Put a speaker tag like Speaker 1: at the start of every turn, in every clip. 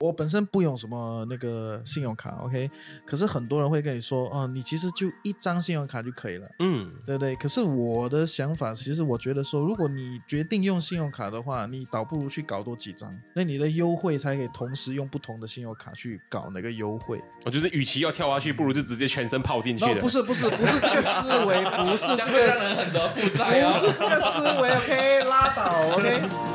Speaker 1: 我本身不用什么那个信用卡，OK，可是很多人会跟你说，哦，你其实就一张信用卡就可以了，
Speaker 2: 嗯
Speaker 1: 对不对？可是我的想法，其实我觉得说，如果你决定用信用卡的话，你倒不如去搞多几张，那你的优惠才可以同时用不同的信用卡去搞那个优惠。
Speaker 2: 我哦就是与其要跳下去，不如就直接全身泡进去
Speaker 1: 那
Speaker 2: 的。
Speaker 1: 不是不是不是这个思维，不是这
Speaker 3: 这会
Speaker 1: 个
Speaker 3: 让
Speaker 1: 思
Speaker 3: 人很多负债
Speaker 1: 不
Speaker 3: 啊。
Speaker 1: 是这个思维，OK，拉 倒，OK。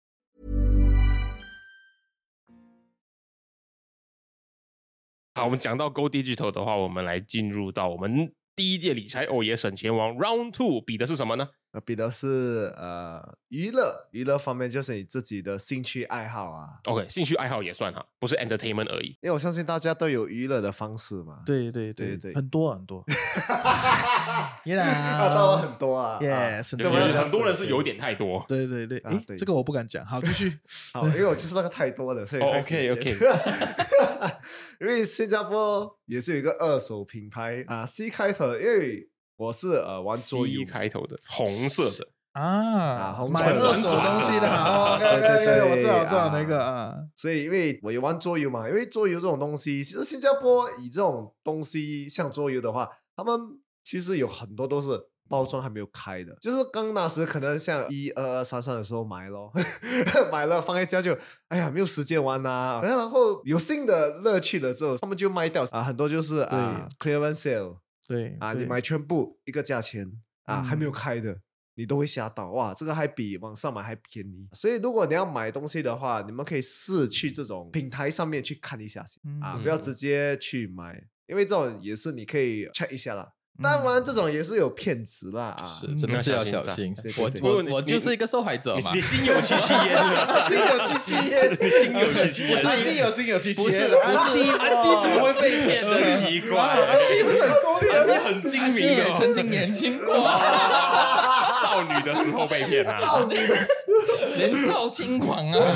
Speaker 2: 好，我们讲到 Go Digital 的话，我们来进入到我们第一届理财欧耶省钱王 Round Two，比的是什么呢？
Speaker 4: 那比的是呃娱乐，娱乐方面就是你自己的兴趣爱好啊，
Speaker 2: OK，兴趣爱好也算哈，不是 entertainment 而已。
Speaker 4: 因为我相信大家都有娱乐的方式 嘛。
Speaker 1: 对对
Speaker 4: 对对
Speaker 1: 很多很多，You
Speaker 4: 啊，当然很多啊。啊
Speaker 1: Yes，怎
Speaker 2: 对不
Speaker 1: 么
Speaker 2: 对？
Speaker 1: 这样
Speaker 2: 很多人是有点太多。
Speaker 1: 对对对，
Speaker 4: 啊
Speaker 1: 诶，
Speaker 4: 对
Speaker 1: 这个我不敢讲，好，继续。
Speaker 4: 好，因为我就是那个太多了，所以
Speaker 2: 哦
Speaker 4: 开始
Speaker 2: OK，OK
Speaker 4: 先 因为新加坡也是有一个二手品牌啊，C 开头的，因为我是呃玩桌
Speaker 2: C
Speaker 4: 游
Speaker 2: 开头的红色的，
Speaker 1: 啊
Speaker 4: 啊红
Speaker 1: 买
Speaker 4: 色
Speaker 1: 二
Speaker 4: 转
Speaker 1: 手
Speaker 4: 转
Speaker 1: 东西的，
Speaker 4: 啊
Speaker 1: 好，OK
Speaker 4: 对
Speaker 1: OK
Speaker 4: 对
Speaker 1: OK，
Speaker 4: 对
Speaker 1: 我知道我知道
Speaker 4: 啊
Speaker 1: 那个啊，
Speaker 4: 所以因为我也玩桌游嘛，因为桌游这种东西，其实新加坡以这种东西像桌游的话，他们其实有很多都是包装还没有开的，就是刚那时可能像一二二三三的时候买咯， 买了放在家就哎呀没有时间玩呐、然后有新的乐趣了之后，他们就卖掉啊，很多就是啊 clearance sale
Speaker 1: 对
Speaker 4: 啊，
Speaker 1: 对
Speaker 4: 你买全部一个价钱啊，还没有
Speaker 1: 嗯
Speaker 4: 开的，你都会吓到哇！这个还比网上买还便宜。所以如果你要买东西的话，你们可以试去这种平台上面去看一下先啊，不要
Speaker 2: 嗯
Speaker 4: 直接去买，因为这种也是你可以 check 一下啦。当然，这种也是有骗子啦啊。
Speaker 3: 是，真的是要小心
Speaker 4: 对。对
Speaker 3: 我
Speaker 4: 对
Speaker 3: 我
Speaker 2: 你
Speaker 3: 我就是一个受害者
Speaker 2: 你
Speaker 3: 嘛
Speaker 2: 你。心有戚戚焉 啊，
Speaker 1: 心有戚戚焉，
Speaker 2: 你心有戚戚焉。
Speaker 1: 一定有心有戚戚
Speaker 3: 不是
Speaker 1: 焉，
Speaker 3: 不是
Speaker 1: 安迪
Speaker 2: 安迪怎么会被骗的？奇 怪，安
Speaker 1: 迪不是很功利的
Speaker 2: 迪
Speaker 1: 吗
Speaker 2: 啊很精
Speaker 3: 你
Speaker 2: 明的
Speaker 3: 也曾
Speaker 2: 哦，
Speaker 3: 经年轻过，
Speaker 2: 少女的时候被骗啊。
Speaker 3: 年少轻狂啊！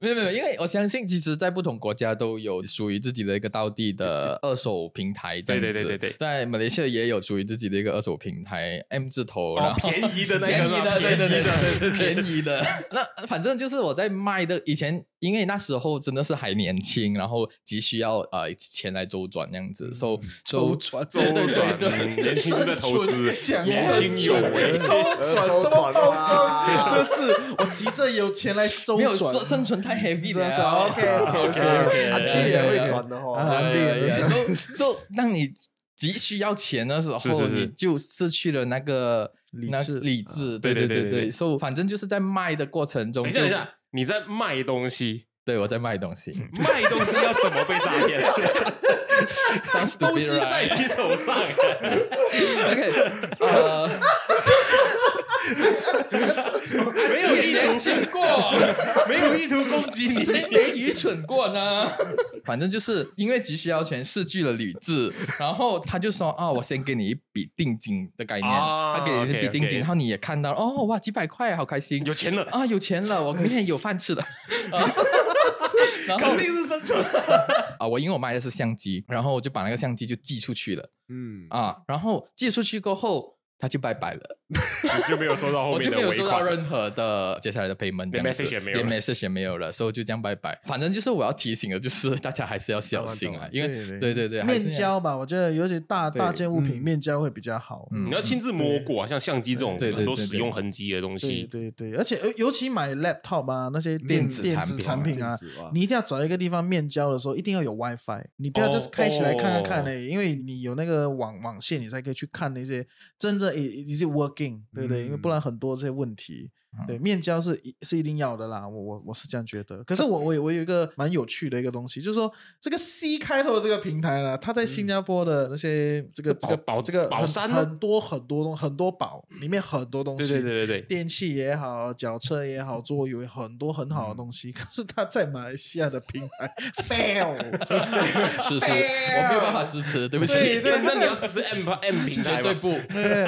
Speaker 3: 没有没有，因为我相信，其实，在不同国家都有属于自己的一个道地的二手平台这样
Speaker 2: 对
Speaker 3: 子。
Speaker 2: 对对对对
Speaker 3: 在马来西亚也有属于自己的一个二手平台 M 字头，然
Speaker 2: 哦，
Speaker 3: 后
Speaker 2: 便宜的那
Speaker 3: 便
Speaker 2: 个
Speaker 3: 宜
Speaker 2: 是吧，
Speaker 3: 的，对对对
Speaker 2: 便宜的
Speaker 3: 对对，便宜的。 那反正就是我在卖的，以前因为那时候真的是还年轻，然后急需要呃钱来周转那样子，所以
Speaker 1: 周转周
Speaker 3: 对对对
Speaker 2: 嗯转
Speaker 3: 对。
Speaker 2: 年轻的投资，
Speaker 1: 讲
Speaker 2: 年轻有为。
Speaker 1: 周转这么暴躁，这次我急着有钱来周
Speaker 3: 没
Speaker 1: 转
Speaker 3: 有，生生存太 heavy 啊
Speaker 1: 这样
Speaker 3: 了
Speaker 1: 子，OK
Speaker 2: 啊
Speaker 1: OK OK，
Speaker 4: 啊，
Speaker 2: 对
Speaker 4: 地也
Speaker 3: 对
Speaker 4: 会
Speaker 3: 对
Speaker 4: 转的哦。
Speaker 1: 啊
Speaker 3: 对
Speaker 1: 厉害
Speaker 3: 对
Speaker 1: 厉害
Speaker 3: 对，所所以当你急需要钱的时候，
Speaker 2: 是是是啊
Speaker 3: 你就失去了那个
Speaker 1: 理
Speaker 3: 那
Speaker 1: 智
Speaker 3: 理智，对
Speaker 2: 对对
Speaker 3: 对
Speaker 2: 对对对
Speaker 3: 对。所以反正就是在卖的过程中
Speaker 2: 等一
Speaker 3: 就，
Speaker 2: 下，等一下，你在卖东西，
Speaker 3: 对我在卖东西，
Speaker 2: 卖东西要怎么被诈骗？
Speaker 3: Sounds
Speaker 2: 东西
Speaker 3: stupid, right？
Speaker 2: 在你手上，
Speaker 3: OK，呃，
Speaker 2: 没有
Speaker 3: 也
Speaker 2: 意
Speaker 3: 呃年
Speaker 2: 图，
Speaker 3: 轻过，
Speaker 2: 没有意图攻击
Speaker 3: 谁
Speaker 2: 你。
Speaker 3: 没愚蠢过呢？ 反正就是因为急需要钱，失去了理智，然后他就说啊、我先给你一笔定金的概念，
Speaker 2: 啊
Speaker 3: 他给你一
Speaker 2: OK，OK
Speaker 3: 笔定金，然后你也看到哦，哇，几百块，好开心，
Speaker 2: 有钱了
Speaker 3: 啊，有钱啊了，我明天有饭 吃了。然后
Speaker 2: 定是生存。
Speaker 3: 啊，我因为我卖的是相机，然后我就把那个相机就寄出去了
Speaker 4: 嗯，
Speaker 3: 啊，然后寄出去过后，他就拜拜了。
Speaker 2: 你就没有收到后
Speaker 3: 我
Speaker 2: 面
Speaker 3: 就
Speaker 2: 的
Speaker 3: 没有
Speaker 2: 尾
Speaker 3: 收到
Speaker 2: 款。
Speaker 3: 任何的接下来的
Speaker 2: 连
Speaker 3: payment，这样子
Speaker 2: message 也没有了
Speaker 3: 连 message 也没有了，所以就这样拜拜。反正就是我要提醒的，就是 大家还是要小心啊，因为对对对，还是
Speaker 1: 面交吧，我觉得尤其大
Speaker 3: 对
Speaker 1: 大件物品
Speaker 4: 嗯
Speaker 1: 面交会比较好。
Speaker 3: 嗯
Speaker 2: 你要亲自摸过啊，像相机这种
Speaker 3: 对对
Speaker 2: 很多
Speaker 3: 对对
Speaker 2: 使用痕迹的东
Speaker 1: 对
Speaker 2: 西，
Speaker 1: 对对，而且呃尤其买 laptop 啊，那些电
Speaker 3: 电子
Speaker 1: 电
Speaker 3: 产
Speaker 1: 子
Speaker 3: 品
Speaker 1: 产
Speaker 3: 啊
Speaker 1: 品啊
Speaker 4: 电子哇，
Speaker 1: 你一定要找一个地方面交的时候，一定要有 WiFi，你不要就是
Speaker 2: 哦
Speaker 1: 开起来看看看
Speaker 2: 哦
Speaker 1: 嘞、因为你有那个网网
Speaker 2: 嗯
Speaker 1: 线，你才可以去看那些真正 i- i- is it working，对不对？因为不然很多这些问题。对，面交是一是一定要的啦，我我我是这样觉得。可是我我有我有一个蛮有趣的一个东西，就是说这个 C 开头的这个平台呢，它在新加坡的那些这个这个
Speaker 2: 宝宝
Speaker 1: 这个
Speaker 2: 宝
Speaker 1: 很
Speaker 2: 山呢
Speaker 1: 很多很多东很多宝里面很多东
Speaker 2: 对
Speaker 1: 西，
Speaker 2: 对对对对，
Speaker 1: 电器也好，脚车也好，桌游也好很多很好
Speaker 2: 嗯
Speaker 1: 的东西。可是它在马来西亚的平 台 fail，
Speaker 3: 是 是，
Speaker 1: 哎呀
Speaker 3: 我没有办法支持，对不起，
Speaker 1: 对对
Speaker 2: 那你要支持 M M 平台吗
Speaker 3: 绝对不。
Speaker 1: 对，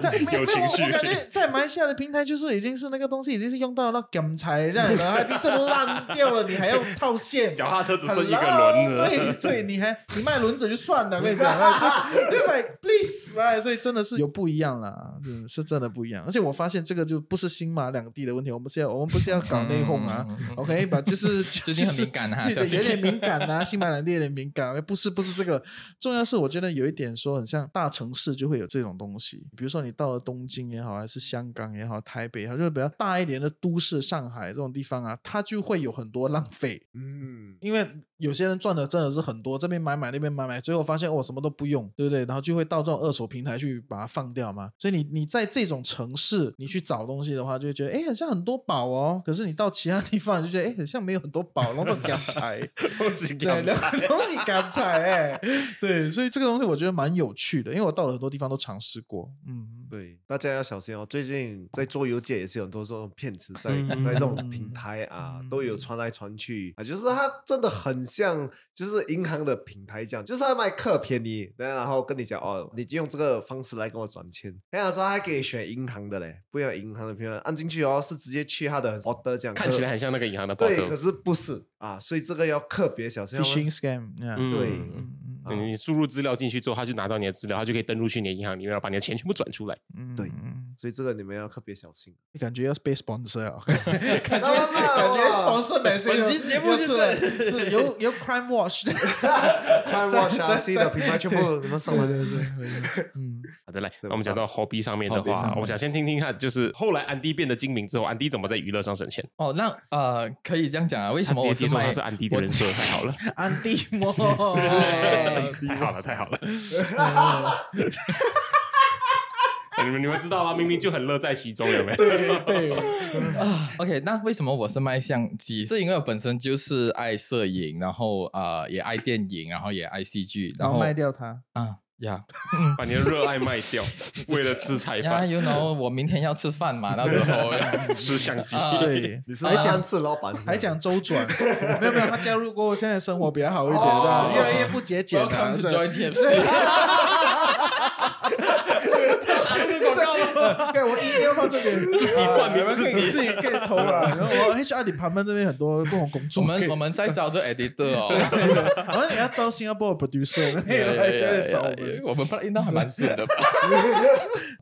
Speaker 1: 在没
Speaker 2: 有情绪
Speaker 1: 没我我感觉在马来西亚的平台就是已经是那个东西已经是用到那钢材这样子了，它已经是烂掉了，你还要套现，
Speaker 2: 脚踏车只剩一个轮
Speaker 1: Hello，
Speaker 2: 了
Speaker 1: 对对，你还你卖轮子就算了，我跟你讲， 就是就是 like please right，所以真的是有不一样啦，嗯，是真的不一样。而且我发现这个就不是新马两地的问题，我们是要我们不是要搞内讧啊
Speaker 3: 嗯嗯嗯嗯
Speaker 1: ，OK 吧？就是
Speaker 3: 最近很敏感啊
Speaker 1: 就是
Speaker 3: 小
Speaker 1: 对
Speaker 3: 心
Speaker 1: 有点敏感啊， 新马两地有点敏感，不是不是这个，重要是我觉得有一点说，很像大城市就会有这种东西，比如说你到了东京也好，还是香港也好，台北也好，就是比较大一点的都市，上海这种地方啊，它就会有很多浪费。
Speaker 4: 嗯，
Speaker 1: 因为有些人赚的真的是很多，这边买买那边买买，最后发现我、哦、什么都不用，对不对？然后就会到这种二手平台去把它放掉嘛。所以你你在这种城市你去找东西的话，就会觉得哎，好像很多宝哦。可是你到其他地方你就觉得哎，好像没有很多宝，然后都干柴，
Speaker 2: 恭喜
Speaker 1: 对，
Speaker 2: 刚
Speaker 1: 然
Speaker 2: 才
Speaker 1: 后东西干柴哎，对，所以这个东西我觉得蛮有趣的，因为我到了很多地方都尝试过，嗯，
Speaker 4: 对，大家要小心哦。最近在桌游界也是有很多这种骗子在
Speaker 2: 嗯
Speaker 4: 在这种平台啊，都有传来传去啊，就是它真的很像就是银行的平台这样，就是他卖课便宜，然后跟你讲哦，你就用这个方式来跟我转钱。然后说还可以选银行的嘞，不要银行的平台，按进去哦是直接去他的 order 这样，
Speaker 2: 看
Speaker 4: 可
Speaker 2: 起来很像那个银行的报
Speaker 4: 对，可
Speaker 2: 酬。
Speaker 4: 是不是啊，所以这个要特别小心。要哦不然
Speaker 1: ，phishing scam，yeah
Speaker 2: 嗯
Speaker 4: 对
Speaker 1: 嗯嗯
Speaker 2: 对你输入资料进去之后，他就拿到你的资料，他就可以登录去你的银行里面，然后把你的钱全部转出来。
Speaker 1: 嗯，
Speaker 4: 对
Speaker 1: 嗯
Speaker 4: 所以这个你们要特别小心。哎
Speaker 1: 感觉要被 sponsor 啊。
Speaker 4: 感
Speaker 1: 感觉 sponsor 每
Speaker 3: 本期节目是
Speaker 1: 是
Speaker 3: 在
Speaker 1: 是由由 Crime Watch 的，
Speaker 4: Crime Watch RC 的品牌全部你们上来就是。
Speaker 1: 嗯，
Speaker 2: 好的，来，
Speaker 4: 对
Speaker 2: 那我们讲到 hobby 上面的
Speaker 3: hobby 上
Speaker 2: 话，
Speaker 3: 面
Speaker 2: 我想先听听看，就是后来安迪变得精明之后，安迪怎么在娱乐上省钱？
Speaker 3: 哦，那呃，可以这样讲啊？为
Speaker 2: 他直
Speaker 3: 什么
Speaker 2: 接
Speaker 3: 我
Speaker 2: 接
Speaker 3: 只
Speaker 2: 受
Speaker 3: 买
Speaker 2: 他是安迪的人设，太 好了，
Speaker 1: 安迪莫，
Speaker 2: 太好了，太好了。 你们你们知道啊，明明就很乐在其中，有没有？
Speaker 1: 对，
Speaker 3: 啊？OK，那为什么我是卖相机？是因为我本身就是爱摄影，然后呃也爱电影，然后也爱戏剧，
Speaker 1: 然
Speaker 3: 后
Speaker 1: 后卖掉它，
Speaker 3: 啊呀
Speaker 2: 把你的热爱卖掉，为了吃菜
Speaker 3: 呀
Speaker 2: 饭，
Speaker 3: ，you know，我明天要吃饭嘛，到时 候
Speaker 2: 吃相机。
Speaker 3: 啊
Speaker 1: 对，
Speaker 4: 你是
Speaker 1: 还讲
Speaker 4: 讲是老板是吗，
Speaker 1: 还讲周转，没有没有，他加入过后，现在生活比较好一点，对吧越来越不节俭了
Speaker 3: Welcome，to
Speaker 1: 这
Speaker 3: Joy Tips。
Speaker 1: 看我 email 放这边，自己
Speaker 2: 冠名自己
Speaker 1: 自己可以投了。然后我 HR 你旁边这边很多不同工
Speaker 3: 我
Speaker 1: 作可以，
Speaker 3: 们我们在招这 editor 哦，
Speaker 1: 好像你要招新加坡的 producer，
Speaker 3: 哎呀
Speaker 1: 来来
Speaker 3: 呀
Speaker 1: 来找我
Speaker 3: 呀呀
Speaker 1: 们。
Speaker 3: 我们不然应当还蛮顺的吧。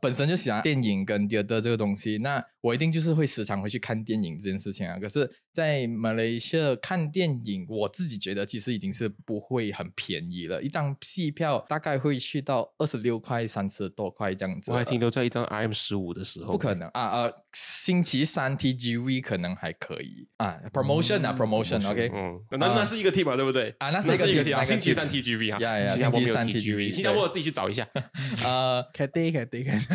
Speaker 3: 本身就喜欢电影跟 theater 这个东西，那我一定就是会时常会去看电影这件事情啊。可是，在马来西亚看电影，我自己觉得其实已经是不会很便宜了，一张戏票大概会去到二十六块、三十多块这样 子。
Speaker 2: 我还停留在一张 RM 十五的时候，
Speaker 3: 不可能啊！呃，星期三 TGV 可能还可以啊，promotion 啊，promotion，OK，
Speaker 2: 嗯，那那那是一个 tip 啊，对不对？
Speaker 3: 啊那是
Speaker 2: 是
Speaker 3: 一个
Speaker 2: 一
Speaker 3: tips，
Speaker 2: tip 啊。
Speaker 3: 那是一
Speaker 2: 星
Speaker 3: 个
Speaker 2: 期三
Speaker 3: tips
Speaker 2: TGV
Speaker 3: 呀
Speaker 2: 啊，
Speaker 3: 呀
Speaker 2: 新加坡没有
Speaker 3: 星期三
Speaker 2: TGV，
Speaker 3: TGV
Speaker 2: 新加坡我自己去找一下。
Speaker 3: 呃，
Speaker 1: 凯蒂，凯蒂，凯蒂，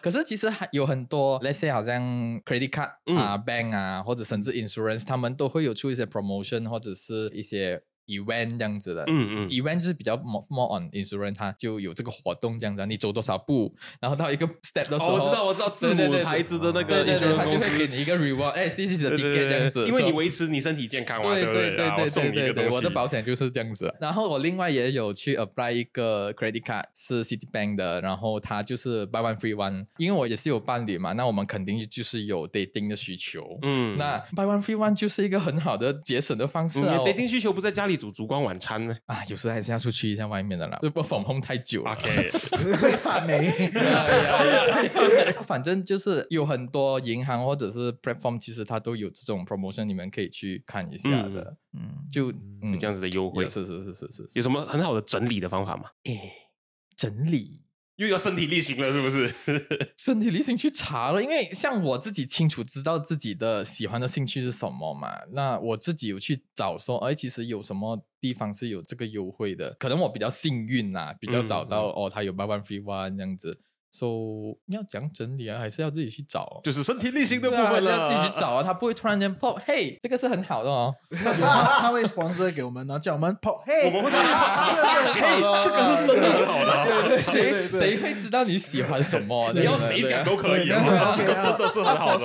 Speaker 3: 可是其实还有很多，let's say 好像 credit card
Speaker 2: 嗯
Speaker 3: 啊、bank 啊，或者甚至 insurance，他们都会有出一些 promotion 或者是一些 event 这样子的。
Speaker 2: 嗯嗯
Speaker 3: event 就是比较 more more on insurance，它就有这个活动这样子啊，你走多少步，然后到一个 step 的时候，
Speaker 2: 哦，我知道，我知道，字
Speaker 3: 对对
Speaker 2: 母
Speaker 3: 对
Speaker 2: 牌子的那
Speaker 3: 对
Speaker 2: 个
Speaker 3: 对对，
Speaker 2: insurance
Speaker 3: 它就
Speaker 2: 公
Speaker 3: 会给
Speaker 2: 司。
Speaker 3: 你一个 reward，哎，this is a
Speaker 2: 对
Speaker 3: ticket 这样
Speaker 2: 对
Speaker 3: 子，
Speaker 2: 对，因为你
Speaker 3: So-
Speaker 2: 维持你身体健康嘛，
Speaker 3: 对
Speaker 2: 不
Speaker 3: 对
Speaker 2: 对啊我
Speaker 3: 对
Speaker 2: 送你一
Speaker 3: 对
Speaker 2: 个
Speaker 3: 对，
Speaker 2: 东西。
Speaker 3: 我的保险就是这样子。然后我另外也有去 apply 一个 credit card 是 Citibank 的，然后它就是 buy one free one，因为我也是有伴侣嘛，那我们肯定就是有 dating 的需求。
Speaker 2: 嗯，
Speaker 3: 那 buy one free one 就是一个很好的节省的方式
Speaker 2: 你的
Speaker 3: 啊。我
Speaker 2: dating 需求不在家里煮烛光晚餐呢
Speaker 3: 啊，有时还是要出去一下外面的
Speaker 2: 啊
Speaker 3: 啦，就不放空太久了。
Speaker 2: ？OK，
Speaker 1: 会发霉。
Speaker 3: 反正就是有很多银行或者是 platform，其实它都有这种 promotion，你们可以去看一下的。
Speaker 1: 嗯，
Speaker 3: 就嗯，
Speaker 2: 这样子的优惠
Speaker 3: 有是是是是是
Speaker 2: 有
Speaker 3: 是
Speaker 2: 什么很好的整理的方法吗？
Speaker 3: 整理。
Speaker 2: 又要身体力行了，是不是？
Speaker 3: 身体力行去查了，因为像我自己清楚知道自己的喜欢的兴趣是什么嘛，那我自己有去找说，哎，其实有什么地方是啊
Speaker 2: 嗯
Speaker 3: 有这个优惠的，可能我比较幸运啦，比较找到、哦，它有 buy one free one 这样子。 so, 要讲整理啊，还是要自己去找、哦。
Speaker 2: 就是身体力行的部
Speaker 3: 对啊，还
Speaker 2: 分
Speaker 3: 是
Speaker 2: 了。
Speaker 3: 要自己去找啊，他不会突然间 pop，嘿，这个是很好的哦。
Speaker 1: 他他会 sponsor 给我们，然后叫我们跑，嘿，
Speaker 2: 我们会
Speaker 1: 这个是很好
Speaker 2: 这个是真的很好的啊
Speaker 1: 对对
Speaker 3: 谁谁会知道你喜欢什么？
Speaker 2: 你
Speaker 3: 对
Speaker 2: 要
Speaker 3: 不对
Speaker 2: 谁讲都
Speaker 3: 对
Speaker 2: 可以啊
Speaker 1: 对啊，
Speaker 2: 这个真的是很好的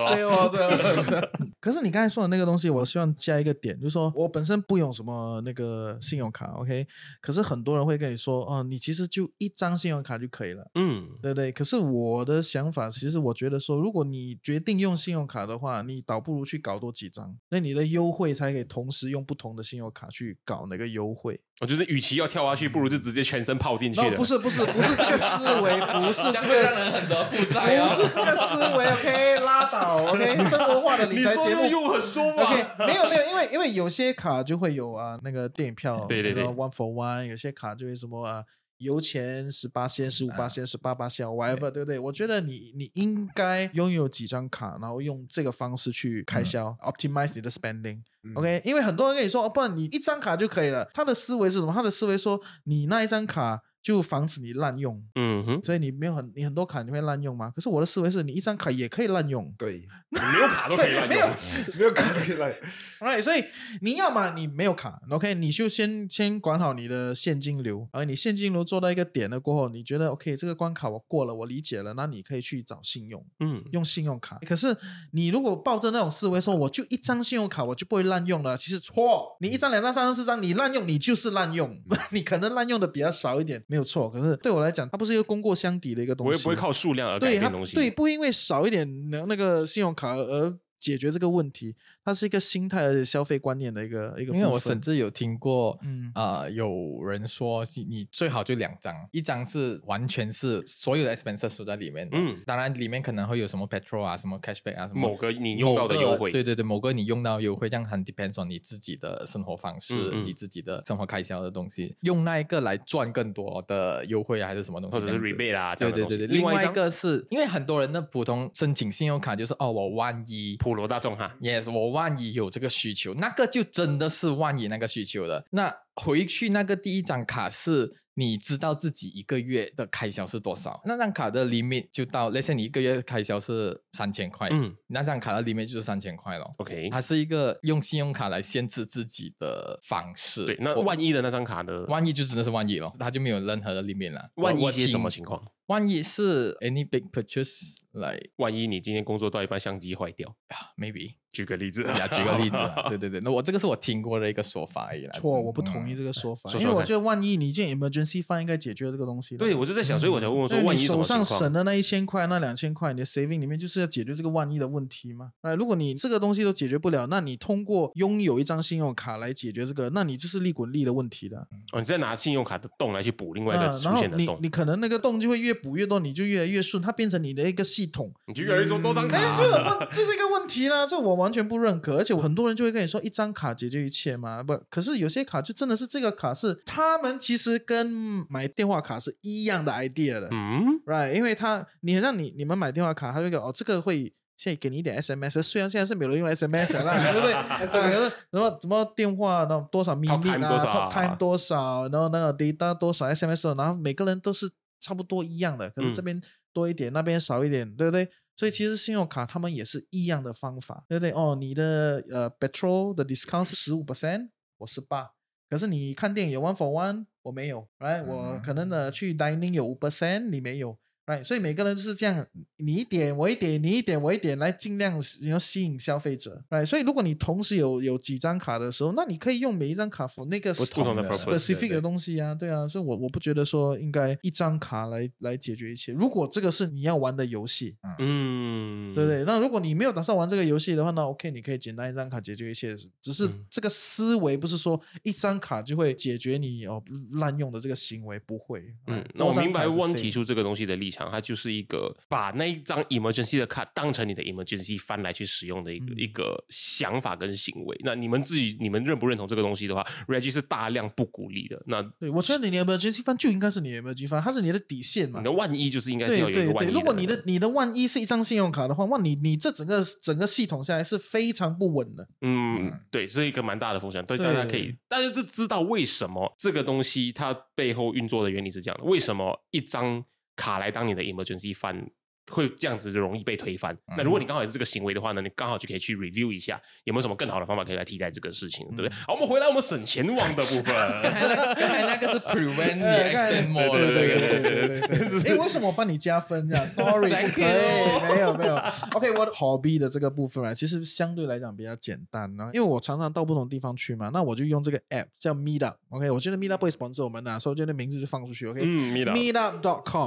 Speaker 1: 哦，
Speaker 2: 哦。
Speaker 1: 这个。可是你刚才说的那个东西，我希望加一个点，就是说
Speaker 2: 嗯
Speaker 1: 我本身不用什么那个信用卡，OK，可是很多人会跟你说，哦，你其实就一张信用卡就可以了。
Speaker 2: 嗯，
Speaker 1: 对不对？可是我的想法，其实我觉得说，如果你决定用信用卡的话，你倒不如去搞多几张，那你的优惠才可以同时用不同的信用卡去搞那个优惠。
Speaker 2: 我哦就是与其要跳下去，不如就直接全身泡进去
Speaker 1: 那
Speaker 2: 的。
Speaker 1: 不是不是不是这个思维，不是
Speaker 3: 这
Speaker 1: 这
Speaker 3: 样会
Speaker 1: 个
Speaker 3: 让人
Speaker 1: 思。
Speaker 3: 很多负
Speaker 1: 不
Speaker 3: 债啊。
Speaker 1: 是这个思维，OK，拉倒，OK，生活化的理财节目
Speaker 2: 用很多
Speaker 1: OK，没有没有，因为因为有些卡就会有啊，那个电影票，
Speaker 2: 对对对
Speaker 1: ，One for One，有些卡就会什么啊，油钱十八仙、十五
Speaker 2: 啊
Speaker 1: 八仙、十八八仙，whatever，对不对？我觉得你你应该拥有几张卡，然后用这个方式去开销、o
Speaker 2: 嗯
Speaker 1: p t i m i z e 你的 spending。OK，因为很多人跟你说，哦，不然你一张卡就可以了。他的思维是什么？他的思维说，你那一张卡就防止你滥用，
Speaker 2: 嗯哼，
Speaker 1: 所以你没有很你很多卡你会滥用吗？可是我的思维是你一张卡也可以滥用。
Speaker 4: 对，
Speaker 2: 没有卡都可以乱
Speaker 1: 没
Speaker 2: 用
Speaker 1: 有。
Speaker 4: 没有看起来，
Speaker 1: Right，所以你要嘛你没有卡，OK，你就先先管好你的现金流，而你现金流做到一个点了过后，你觉得 OK 这个关卡我过了，我理解了，那你可以去找信用，
Speaker 2: 嗯，
Speaker 1: 用信用卡。可是你如果抱着那种思维说我就一张信用卡我就不会滥用了，其实错，你一张、两张、三张、四张，你滥用你就是滥用， 你可能滥用的比较少一点，没有错。可是对我来讲，它不是一个功过相抵的一个
Speaker 2: 我
Speaker 1: 东
Speaker 2: 也
Speaker 1: 西，啊
Speaker 2: 不会靠数量而改
Speaker 1: 对它
Speaker 2: 变东西。
Speaker 1: 对，不因为少一点那那个信用卡而而解决这个问题，它是一个心态而且消费观念的一个一个部分。
Speaker 3: 因为我甚至有听过，
Speaker 1: 嗯
Speaker 3: 啊，有人说是你最好就两张，一张是完全是所有的 expenses 都在里面，
Speaker 2: 嗯
Speaker 3: 嗯，当然里面可能会有什么 petrol 啊，什么 cashback 啊，什么
Speaker 2: 某个你用到的
Speaker 3: 某个
Speaker 2: 优惠
Speaker 3: 对对对，某个你用到的优惠，这样很 depends on 你自己的生活方式，
Speaker 2: 嗯嗯
Speaker 3: 你自己的生活开销的东西，用那一个来赚更多的优惠啊，还是什么东西，
Speaker 2: 或者是
Speaker 3: 这样子
Speaker 2: rebate 啊，这
Speaker 3: 对
Speaker 2: 样的
Speaker 3: 对
Speaker 2: 东西
Speaker 3: 对对，
Speaker 2: 另
Speaker 3: 另外
Speaker 2: 一
Speaker 3: 一
Speaker 2: 张
Speaker 3: 个是因为很多人的普通申请信用卡就是哦，我万一
Speaker 2: 普罗大众哈，
Speaker 3: Yes，我万一有这个需求，那个就真的是万一那个需求了。那回去那个第一张卡是你知道自己一个月的开销是多少，那张卡的 limit 就到，那些你一个月开销是三千块，
Speaker 2: 嗯
Speaker 3: 那张卡的 limit 就是三千块咯。
Speaker 2: ，OK，
Speaker 3: 它是一个用信用卡来限制自己的方式。
Speaker 2: 对，那
Speaker 3: 我
Speaker 2: 万一的那张卡呢？
Speaker 3: 万一就真的是万一咯，它就没有任何的 limit 了。
Speaker 2: 万一
Speaker 3: 我
Speaker 2: 些什么
Speaker 3: 听
Speaker 2: 情况？
Speaker 3: 万一是 any big purchase like
Speaker 2: 万一你今天工作到一半相机坏掉，
Speaker 3: 啊 maybe。
Speaker 2: 举个例子，
Speaker 3: 呀，举个例子啦，对对对，那我这个是我听过的一个说法而已啦。
Speaker 1: 错，
Speaker 3: 嗯
Speaker 1: 我不同意这个说法，
Speaker 2: 说
Speaker 1: 因
Speaker 2: 说
Speaker 1: 为我
Speaker 2: 看
Speaker 1: 觉得万一你进 emergency fund 应该解决这个东西的。
Speaker 2: 对我就在想，所以我才问我说，
Speaker 1: 嗯对
Speaker 2: 万
Speaker 1: 你
Speaker 2: 一什
Speaker 1: 手
Speaker 2: 么情
Speaker 1: 上
Speaker 2: 况？
Speaker 1: 省的那一千块、那两千块，你的 saving 里面就是要解决这个万一的问题嘛？那如果你这个东西都解决不了，那你通过拥有一张信用卡来解决这个，那你就是利滚利的问题了。
Speaker 2: 哦，你再拿信用卡的洞来去补另外一
Speaker 1: 那嗯
Speaker 2: 个
Speaker 1: 然
Speaker 2: 出
Speaker 1: 后
Speaker 2: 现的
Speaker 1: 你
Speaker 2: 洞，
Speaker 1: 你可能那个洞就会越补越多，你就越来越顺，它变成你的一个系统。
Speaker 2: 你就越来越多多张
Speaker 1: 哎，
Speaker 2: 卡啊
Speaker 1: 这。个问这是一个问题啦，这我完全不认可，而且很多人就会跟你说一张卡解决一切嘛，不，可是有些卡就真的是这个卡是他们其实跟买电话卡是一样的 idea 的、
Speaker 2: 嗯，
Speaker 1: r i g h t 因为他你很像你你们买电话卡，他就会给哦这个会。现在给你一点 SMS，虽然现在是没有人用 SMS 了啦，对 不对？可是然后什么电话，然后多少
Speaker 2: Talk time
Speaker 1: minute
Speaker 2: 多
Speaker 1: 啊
Speaker 2: 少啊
Speaker 1: ，talk time 多少，然后那个 data 多少 SMS，然后每个人都是差不多一样的，可是
Speaker 2: 嗯
Speaker 1: 这边多一点，那边少一点，对不对？所以其实信用卡他们也是一样的方法，对不对？哦，你的呃 petrol 的 discount 是十五 percent，我是八，可是你看电影有 one for one，我没有，right？我可能呢去 dining 有五 percent，你没有。right，所以每个人就是这样，你一点我一点，你一点我一点，来尽量你要吸引消费者，right？所以如果你同时有有几张卡的时候，那你可以用每一张卡 for 那个
Speaker 3: 不
Speaker 2: 同的 purpose，
Speaker 1: specific 的
Speaker 3: 对
Speaker 1: 东西啊，对啊，所以我我不觉得说应该一张卡来来解决一切。如果这个是你要玩的游戏，
Speaker 2: 嗯，
Speaker 1: 对不对？那如果你没有打算玩这个游戏的话，那 OK，你可以简单一张卡解决一切。只是
Speaker 2: 嗯
Speaker 1: 这个思维不是说一张卡就会解决你哦滥用的这个行为，不会。
Speaker 2: 嗯
Speaker 1: 哎，
Speaker 2: 那我明白
Speaker 1: 多张卡
Speaker 2: One
Speaker 1: 是
Speaker 2: 提
Speaker 1: safe
Speaker 2: 出这个东西的立场，它就是一个把那一张 emergency 的卡当成你的 emergency 翻来去使用的一个、
Speaker 1: 嗯
Speaker 2: 一个想法跟行为。那你们自己你们认不认同这个东西的话，Reggie 是大量不鼓励的。那
Speaker 1: 对，我觉得你的 emergency fund 就应该是你的 emergency fund，它是你的底线嘛
Speaker 2: 你的。万一就是应该是
Speaker 1: 对
Speaker 2: 要有一
Speaker 1: 对
Speaker 2: 个万
Speaker 1: 对，
Speaker 2: 一嗯
Speaker 1: 如果
Speaker 2: 那
Speaker 1: 你
Speaker 2: 个
Speaker 1: 的你的万一是一张信用卡的话，哇，你你这整个整个系统下来是非常不稳的。
Speaker 2: 嗯
Speaker 3: 嗯，
Speaker 2: 对，是一个蛮大的风险，对
Speaker 1: 对
Speaker 2: 大家可以，大家就知道为什么这个东西它背后运作的原理是这样的，为什么一张卡来当你的 emergency fund。会这样子就容易被推翻。
Speaker 1: 嗯
Speaker 2: 那如果你刚好也是这个行为的话呢，你刚好就可以去 review 一下有没有什么更好的方法可以来替代这个事情，对不
Speaker 1: 嗯
Speaker 2: 对？好，我们回来我们省钱网的部
Speaker 3: 嗯刚
Speaker 2: 分。
Speaker 3: 才那刚才那个是 prevent the
Speaker 1: 哎刚才
Speaker 3: expand more，
Speaker 2: 对
Speaker 1: 对
Speaker 2: 对
Speaker 3: 对
Speaker 1: 对对对对对。 哎，为什么我帮你加分这样？Sorry，不 可
Speaker 3: Thank
Speaker 1: 以，
Speaker 3: you
Speaker 1: 没有没有。OK，我的 hobby 的这个部分啊，其实相对来讲比较简单啊呢、因为我常常到不同地方去嘛，那我就用这个 app 叫 Meetup。OK，我觉得 Meetup 会 sponsor 我们的、所以我觉得名字就放出去。OK，、
Speaker 2: 嗯，Meetup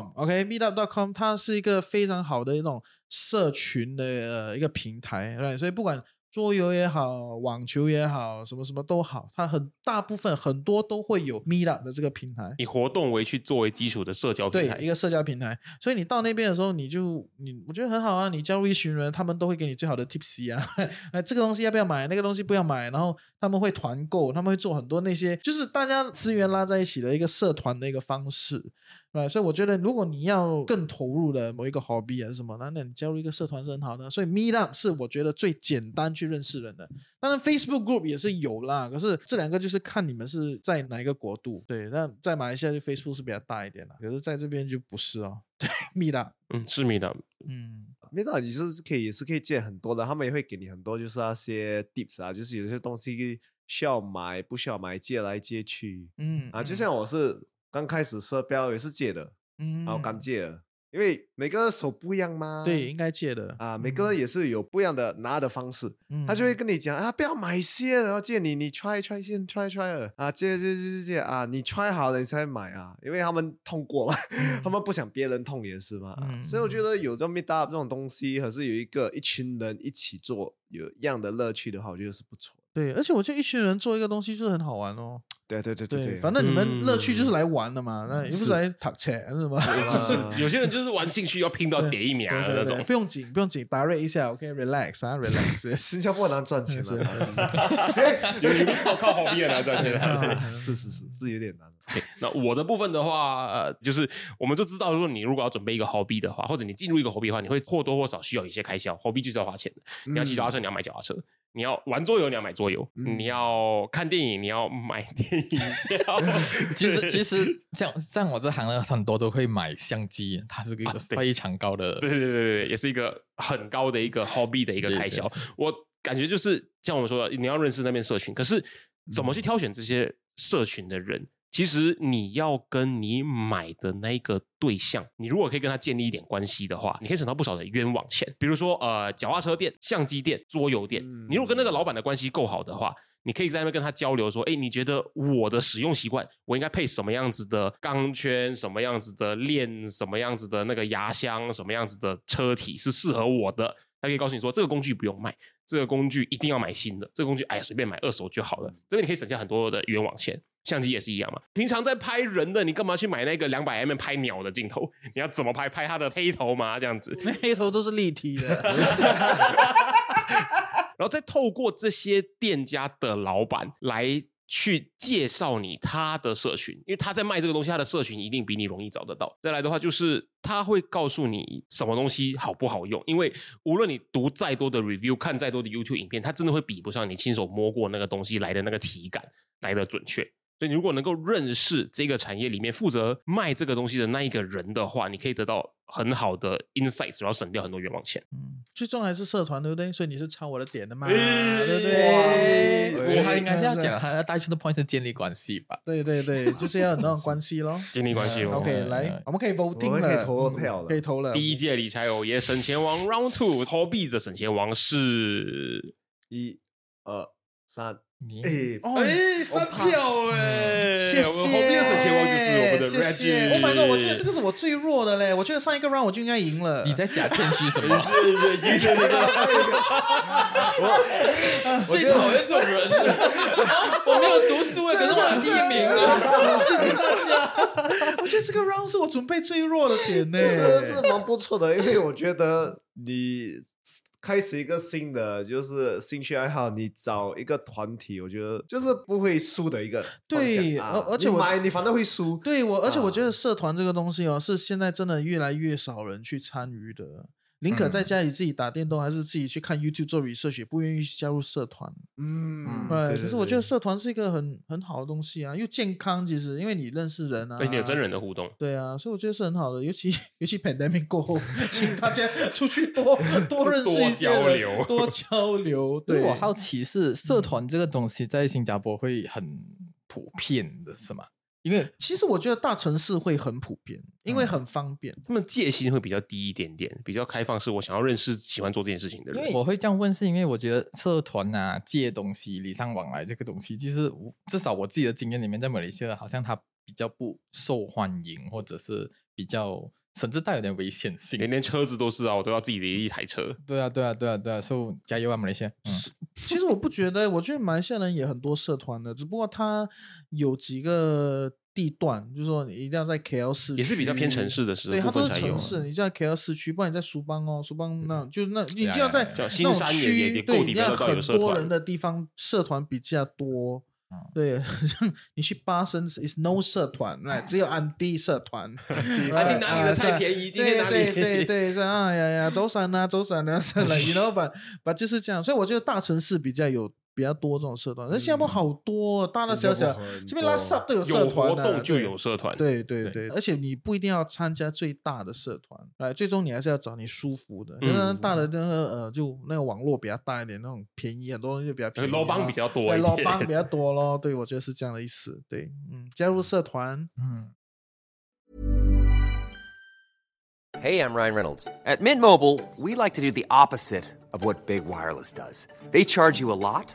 Speaker 1: meetup.com，OK，meetup.com、它是一个非常好的一种社群的、呃、一个平台，right？所以不管桌游也好，网球也好，什么什么都好，它很大部分很多都会有 meetup 的这个平台。
Speaker 2: 以活动为去作为基础的社交平
Speaker 1: 对
Speaker 2: 台，
Speaker 1: 一个社交平台，所以你到那边的时候，你就你我觉得很好啊，你加入一群人，他们都会给你最好的 tips 啊， 哎，这个东西要不要买，那个东西不要买，然后他们会团购，他们会做很多那些就是大家资源拉在一起的一个社团的一个方式，对，所以我觉得如果你要更投入的某一个 hobby 还是什么，那那你加入一个社团是很好的，所以 Meetup 是我觉得最简单去认识人的，当然 Facebook group 也是有啦，可是这两个就是看你们是在哪一个国度。对，那在马来西亚就 Facebook 是比较大一点啦，可是在这边就不是哦。 对，密啦，
Speaker 2: 嗯，是 Meetup。
Speaker 1: 嗯，
Speaker 4: 没道理，就是可以也是可以见很多的，他们也会给你很多就是那些 tips 啊，就是有些东西需要买，不需要买，借来借去
Speaker 1: 嗯
Speaker 4: 啊。就像我是刚开始射标也是借的，
Speaker 1: 嗯，
Speaker 4: 然后刚借的，因为每个人手不一样嘛。
Speaker 1: 对，应该借的
Speaker 4: 啊，每个人也是有不一样的拿的方式，
Speaker 1: 嗯
Speaker 4: 他就会跟你讲啊，不要买先，然后借你，你 try try 先 try try 了啊，借借借借借啊，你 try 好了你才买啊，因为他们痛过嘛，他们不想别人痛也是嘛，啊
Speaker 1: 嗯
Speaker 4: 所以我觉得有这 meet up 这种东西，还是有一个一群人一起做有一样的乐趣的话，我觉得是不错。
Speaker 1: 对，而且我觉得一群人做一个东西就是很好玩哦。
Speaker 4: 对对对
Speaker 1: 对，
Speaker 4: 对，
Speaker 1: 反正你们乐趣就是来玩的嘛，那又不是
Speaker 4: 是
Speaker 1: 来打钱还是什么。
Speaker 4: 啊
Speaker 2: 有些人就是玩兴趣要拼到点一秒
Speaker 1: 对
Speaker 2: 的那
Speaker 1: 对对，
Speaker 2: 种
Speaker 1: 不。用紧，不用紧，打瑞一下，OK，relax 啊，relax。
Speaker 4: 新加坡很难赚钱
Speaker 1: 是
Speaker 4: 了，
Speaker 2: 有有靠 靠好面啊，赚钱 啊。
Speaker 1: 啊
Speaker 4: 是是是是有点难。
Speaker 2: 那我的部分的话，呃，就是我们就知道，如果你如果要准备一个 hobby 的话，或者你进入一个 hobby 的话，你会或多或少需要有一些开销。hobby 就是要花钱的，你要骑脚
Speaker 3: 嗯
Speaker 2: 踏车，你要买脚踏车；你要玩桌游，你要买桌游；
Speaker 4: 嗯
Speaker 2: 你要看电影，你要买电影票。
Speaker 3: 其实其实像像我这行的很多都会买相机，它是一个
Speaker 2: 啊对
Speaker 3: 非常高的
Speaker 2: 对对对对对，也是一个很高的一个 hobby 的一个开销
Speaker 3: 是。
Speaker 2: 我感觉就是像我们说的，你要认识那边社群，可是怎
Speaker 3: 嗯
Speaker 2: 么去挑选这些社群的人？其实你要跟你买的那个对象，你如果可以跟他建立一点关系的话，你可以省到不少的冤枉钱。比如说，呃，脚踏车店、相机店、桌游店，
Speaker 4: 嗯
Speaker 2: 你如果跟那个老板的关系够好的话，你可以在那边跟他交流，说，哎，你觉得我的使用习惯，我应该配什么样子的钢圈，什么样子的链，什么样子的那个牙箱，什么样子的车体是适合我的？他可以告诉你说，这个工具不用卖，这个工具一定要买新的，这个工具哎呀随便买二手就好了。这边你可以省下很多的冤枉钱。相机也是一样嘛，平常在拍人的，你干嘛去买那个两百 mm 拍鸟的镜头？ 你要怎么拍？拍它的黑头吗？这样子，
Speaker 1: 那黑头都是立体的，
Speaker 2: 然后再透过这些店家的老板来去介绍你他的社群，因为他在卖这个东西，他的社群一定比你容易找得到。再来的话，就是他会告诉你什么东西好不好用，因为无论你读再多的 review，看再多的 YouTube 影片，它真的会比不上你亲手摸过那个东西来的那个体感来的准确。所以，你如果能够认识这个产业里面负责卖这个东西的那一个人的话，你可以得到很好的 insights，然后省掉很多冤枉钱。
Speaker 1: 嗯最重要还是社团，对不对？所以你是抄我的点的嘛，
Speaker 2: 哎
Speaker 1: 对不
Speaker 2: 哇
Speaker 1: 对？
Speaker 3: 我他应该是要
Speaker 1: 对
Speaker 3: 讲，他要带出的 point 是建立关系吧？
Speaker 1: 对对对，就是要有那种关系咯。
Speaker 2: 建立关系哦。
Speaker 3: 嗯
Speaker 1: OK，
Speaker 3: 嗯
Speaker 1: 来
Speaker 3: 嗯，
Speaker 1: 我们可以 voting
Speaker 4: 们
Speaker 1: 了，
Speaker 4: 可以投票了
Speaker 1: 可以投了。
Speaker 2: 第一届理财偶爷省钱王 Round Two，投币的省钱王 是
Speaker 4: 一、二、三，
Speaker 3: 你
Speaker 4: 哎，
Speaker 1: 哦，哎，三票哎，谢
Speaker 2: 谢
Speaker 1: 谢。
Speaker 2: 我们投币的省钱王就是我们的
Speaker 1: 谢
Speaker 2: Reggie。
Speaker 1: 谢 Oh my god，我觉得这个是我最弱的嘞，我觉得上一个 round 我就应该赢了。
Speaker 3: 你在假谦虚什么？
Speaker 4: 我觉得
Speaker 3: 厌这种人， 我没有读书哎，可是我拿第一名啊。
Speaker 1: 谢谢大家。我觉得这个 round 是我准备最弱的点呢。
Speaker 4: 其实是蛮不错的，因为我觉得你开始一个新的就是兴趣爱好，你找一个团体，我觉得就是不会输的一个方向。
Speaker 1: 对
Speaker 4: 啊
Speaker 1: 而而且
Speaker 4: 你
Speaker 1: 我
Speaker 4: 买你反倒会输。
Speaker 1: 对我，而且我
Speaker 4: 啊
Speaker 1: 觉得社团这个东西哦，是现在真的越来越少人去参与的。宁可在
Speaker 3: 嗯
Speaker 1: 家里自己打电动，还是自己去看 YouTube 做 research，也不愿意加入社团。
Speaker 4: 嗯，
Speaker 1: 对，
Speaker 4: 对
Speaker 1: 可是我觉得
Speaker 4: 对
Speaker 1: 社团是一个很很好的东西啊，又健康，其实因为你认识人啊，
Speaker 2: 而且哎你有真人的互动。
Speaker 1: 对啊，所以我觉得是很好的，尤其尤其 pandemic 过后， 请大家出去多多认识一些人多
Speaker 2: 多交流
Speaker 1: 交流。
Speaker 3: 对
Speaker 1: 对，
Speaker 3: 我好奇是
Speaker 2: 嗯
Speaker 3: 社团这个东西在新加坡会很普遍的是吗？因为
Speaker 1: 其实我觉得大城市会很普遍，因为
Speaker 3: 嗯
Speaker 1: 很方便。
Speaker 2: 他们戒心会比较低一点点，比较开放，是我想要认识喜欢做这件事情的
Speaker 3: 因
Speaker 2: 人。
Speaker 3: 为我会这样问，是因为我觉得社团啊、借东西、礼尚往来这个东西，其实我至少我自己的经验里面，在马来西亚好像它比较不受欢迎，或者是比较甚至带有点危险性。
Speaker 2: 连连车子都是啊，我都要自己的一台车。
Speaker 3: 对啊，对啊，对啊，对啊，所以加油啊，马来西亚！嗯
Speaker 1: 其实我不觉得，我觉得马来西亚人也很多社团的，只不过他有几个地段，就是说你一定要在 KL 市区，
Speaker 2: 也是比较偏城市的时候
Speaker 1: 对，它
Speaker 2: 部分
Speaker 1: 都是
Speaker 2: 才
Speaker 1: 城
Speaker 2: 有啊嗯
Speaker 1: 市，你就在 KL 市区，不然你在苏邦哦，苏邦那就那你
Speaker 3: 呀
Speaker 2: 啊
Speaker 1: 就要在
Speaker 3: 呀叫
Speaker 1: 那
Speaker 2: 新
Speaker 1: 种
Speaker 2: 山也
Speaker 1: 区
Speaker 2: 也也
Speaker 1: 对
Speaker 2: 够
Speaker 1: 你
Speaker 2: 地
Speaker 1: 要
Speaker 2: 方都有
Speaker 1: 很
Speaker 2: 社
Speaker 1: 多
Speaker 2: 团嗯
Speaker 1: 人的地方，社团比较多。 对，像你去巴生，is no 社团，那只有安迪社团， 哎啊
Speaker 2: 安迪哪里的菜便宜今天哪里
Speaker 1: 对对对对，是啊呀呀，走散啊，走散啊， 散了，you know，把把就是这样，所以我觉得大城市比较有比较多这种社团，那新加
Speaker 2: 嗯
Speaker 1: 坡好多哦，大大小
Speaker 4: 新加
Speaker 1: 小
Speaker 4: 坡很，
Speaker 1: 这边拉
Speaker 4: 多
Speaker 1: 萨都有社
Speaker 2: 有
Speaker 1: 团
Speaker 2: 活
Speaker 1: 啊
Speaker 2: 动就
Speaker 1: 对
Speaker 2: 有社团，，
Speaker 1: 对对
Speaker 3: 对
Speaker 1: 对，而且你不一定要参加最大的社团，哎，最终你还是要找你舒服的。可能
Speaker 2: 嗯
Speaker 1: 大的那个呃，就那个网络比较大一点，那种便宜，很多东西就比较便宜啊。
Speaker 2: 呃捞帮比较多
Speaker 1: 对，
Speaker 2: 一
Speaker 1: 捞
Speaker 2: 点
Speaker 1: 帮比较多咯。对，我觉得是这样的意思。对，嗯，加入社团，
Speaker 3: 嗯，
Speaker 5: Hey, I'm Ryan Reynolds. At Mint Mobile, we like to do the opposite of what Big Wireless does. They charge you a lot,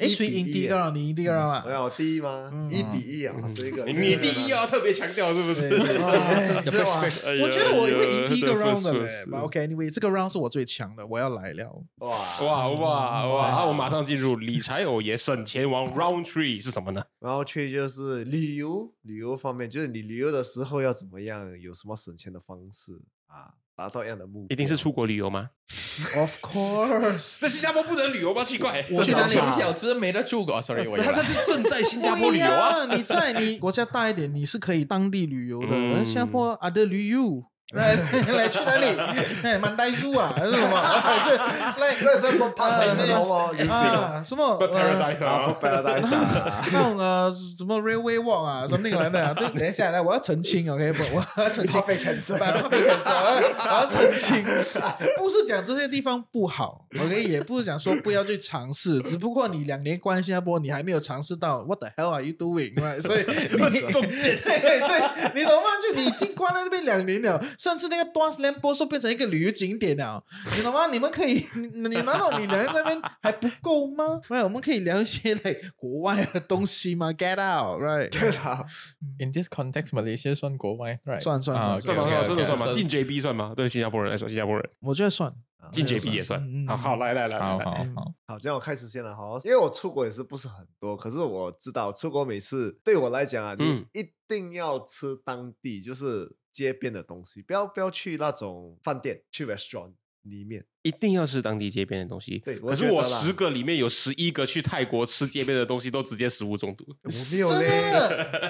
Speaker 1: 哎，
Speaker 4: 一
Speaker 1: 谁
Speaker 4: 比
Speaker 1: 赢
Speaker 4: 一
Speaker 1: 第一
Speaker 4: 耶
Speaker 1: 个 round？你赢第一个
Speaker 2: 嗯
Speaker 1: round
Speaker 2: 哎
Speaker 4: 我
Speaker 1: 啊？
Speaker 4: 要第一吗？一
Speaker 1: 嗯
Speaker 4: 比一啊，这一个
Speaker 2: 你你第嗯一，要特别强调是不
Speaker 1: 对对
Speaker 2: 是？
Speaker 4: 哇
Speaker 1: 对
Speaker 4: 是哇
Speaker 2: 哎呀
Speaker 1: 我觉得我会赢第一个
Speaker 2: 哎呀
Speaker 1: round 的
Speaker 2: 对
Speaker 1: 嘞
Speaker 2: 是。
Speaker 1: But OK，anyway，这个 round 是我最强的，我要来 了。
Speaker 2: 啊
Speaker 4: 哇！
Speaker 2: 哇哇哇！那我马上进入理财偶爷省钱王 Round Three 是什么呢？
Speaker 4: 然后去就是旅游，旅游方面就是你旅游的时候要怎么样，有什么省钱的方式啊，达到一样的目
Speaker 2: 一
Speaker 4: 标。
Speaker 2: 定是出国旅游吗？
Speaker 1: Of course，
Speaker 2: 那新加坡不能旅游吗？奇怪，
Speaker 1: 我去哪里
Speaker 3: 从小只没得 住过、哦、，sorry，我以为
Speaker 2: 他他就正在新加坡旅 游
Speaker 1: 不
Speaker 2: 啊。
Speaker 1: 一样！你在你国家大一点，你是可以当地旅游的。
Speaker 2: 嗯
Speaker 1: 而新加坡 other 旅游，来 来去哪里？哎，满呆猪啊，还是 什么？这 来
Speaker 4: 这是不怕
Speaker 1: 呃
Speaker 4: 没有哦，有啊，
Speaker 1: 啊什么
Speaker 2: 不
Speaker 1: 呃
Speaker 2: Paradise 啊
Speaker 4: 不 paradise 啊
Speaker 1: 那种呃什么 railway walk 啊，something 来的啊。对，等一下，来，我要澄 清，OK，不，我要澄清，
Speaker 4: 被 cancel
Speaker 1: 百万被人说我要我要澄清，不是讲这些地方不好，OK，也不是讲说不要去尝试，只不过你两年关新加坡，你还没有尝试到 What the hell are you doing？right？所以 你中介，对对，你懂吗？就你已经关在那边两年了，甚至那个 d a n s l a m b o 说变成一个旅游景点了，你懂吗？你们可以， 你你难道你两个人在那边还不够吗？Right，我们可以聊一些 like 国外的东西吗？Get out，right？
Speaker 3: in this context Malaysia 算国外，right？
Speaker 1: 算算
Speaker 3: 啊
Speaker 1: 算
Speaker 3: OK，OK，OK，
Speaker 2: 算吗？真的算吗？
Speaker 3: 算
Speaker 2: 进 JB 算吗？对新加坡人来说，新加坡人
Speaker 1: 我觉得算，
Speaker 4: 啊
Speaker 2: 进 JB 也算
Speaker 1: 嗯嗯。
Speaker 2: 好好，来来来来
Speaker 3: 好
Speaker 2: 来，
Speaker 3: 好好，
Speaker 4: 好，这样我开始先了哈，因为我出国也是不是很多，可是我知道出国每次对我来讲啊，你
Speaker 2: 嗯
Speaker 4: 一定要吃当地就是街边的东西，不要不要去那种饭店，去 restaurant 里面。
Speaker 2: 一定要吃当地街边的东西。
Speaker 4: 对我
Speaker 2: 可是
Speaker 4: 觉得
Speaker 2: 我
Speaker 4: 啦
Speaker 2: 十个里面有十一个去泰国吃街边的东西，都直接食物中毒。
Speaker 4: 我没有嘞，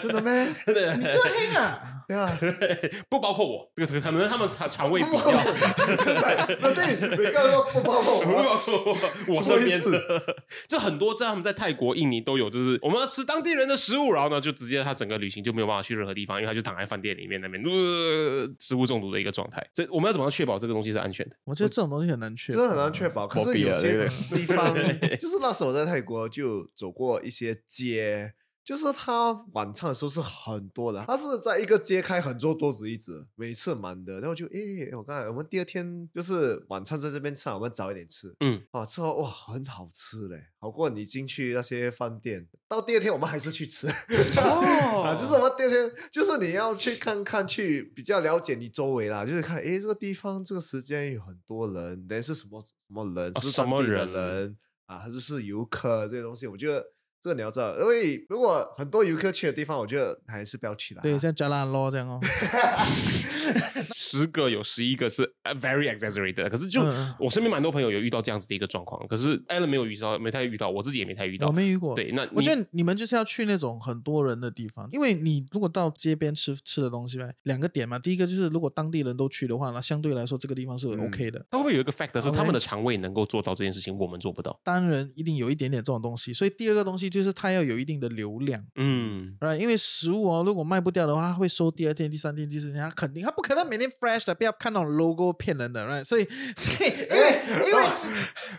Speaker 4: 真的咩？
Speaker 1: 你这黑啊！
Speaker 4: 对啊，
Speaker 2: 不包括我，这个可能他们肠肠胃比
Speaker 4: 不
Speaker 2: 较，
Speaker 4: 包括
Speaker 2: 不
Speaker 4: 那对，你刚才说不包括我，啊
Speaker 2: 包括我，我
Speaker 4: 什么
Speaker 2: 身
Speaker 4: 意
Speaker 2: 边
Speaker 4: 思
Speaker 2: 的， 这很多在他们在泰国、印尼都有，就是我们要吃当地人的食物，然后呢，就直接他整个旅行就没有办法去任何地方，因为他就躺在饭店里面那边呃食物中毒的一个状态。 所以我们要怎么样确保这个东西是安全的？
Speaker 1: 我觉得这种东西很难确
Speaker 4: 真
Speaker 1: 保，啊
Speaker 4: 的很难确保。可
Speaker 3: 我
Speaker 4: 是
Speaker 3: 比
Speaker 4: 有
Speaker 3: 了
Speaker 4: 些
Speaker 3: 对
Speaker 4: 地 方，就是那时候我在泰国就走过一些街，就是它晚上的时候是很多的，它是在一个街开很多桌子椅子，每次满的。然后就诶，我刚才我们第二天就是晚餐在这边吃啊，我们早一点吃，
Speaker 2: 嗯，
Speaker 4: 啊，吃后哇很好吃嘞，好过你进去那些饭店。到第二天我们还是去吃， 啊，就是
Speaker 1: 哦
Speaker 4: 我们第二天就是你要去看看，去比较了解你周围啦，就是看诶这个地方这个时间有很多人，人是什么什么人，
Speaker 2: 哦
Speaker 4: 是不是
Speaker 2: 什
Speaker 4: 当
Speaker 2: 么
Speaker 4: 地的
Speaker 2: 人
Speaker 4: 人啊，还是是游客这些东西，我觉得。这个你要知道，因为如果很多游客去的地方，我觉得还是不要去了。
Speaker 1: 对，像加拉咯这样哦，
Speaker 2: 十个有十一个是呃 very exaggerated，的可是就、
Speaker 1: 嗯
Speaker 2: 我身边蛮多朋友有遇到这样子的一个状况，可是 Alan 没有遇到，没太遇到，我自己也没太遇到
Speaker 1: 我。没遇过。
Speaker 2: 对，那
Speaker 1: 我觉
Speaker 2: 你
Speaker 1: 得你们就是要去那种很多人的地方，因为你如果到街边吃吃的东西呗，两个点嘛，第一个就是如果当地人都去的话，那相对来说这个地方是
Speaker 4: 嗯
Speaker 1: OK 的。
Speaker 2: 他会不会有一个 factor 是
Speaker 1: OK
Speaker 2: 他们的肠胃能够做到这件事情，我们做不到？
Speaker 1: 当然一定有一点点这种东西，所以第二个东西就是它要有一定的流量。
Speaker 2: 嗯，
Speaker 1: 啊，因为食物哦，如果卖不掉的话，它会收第二天、第三天、第四天，它肯定它不可能每天 fresh 的，不要看那种 logo 骗人的，right？所以，所以因为因为是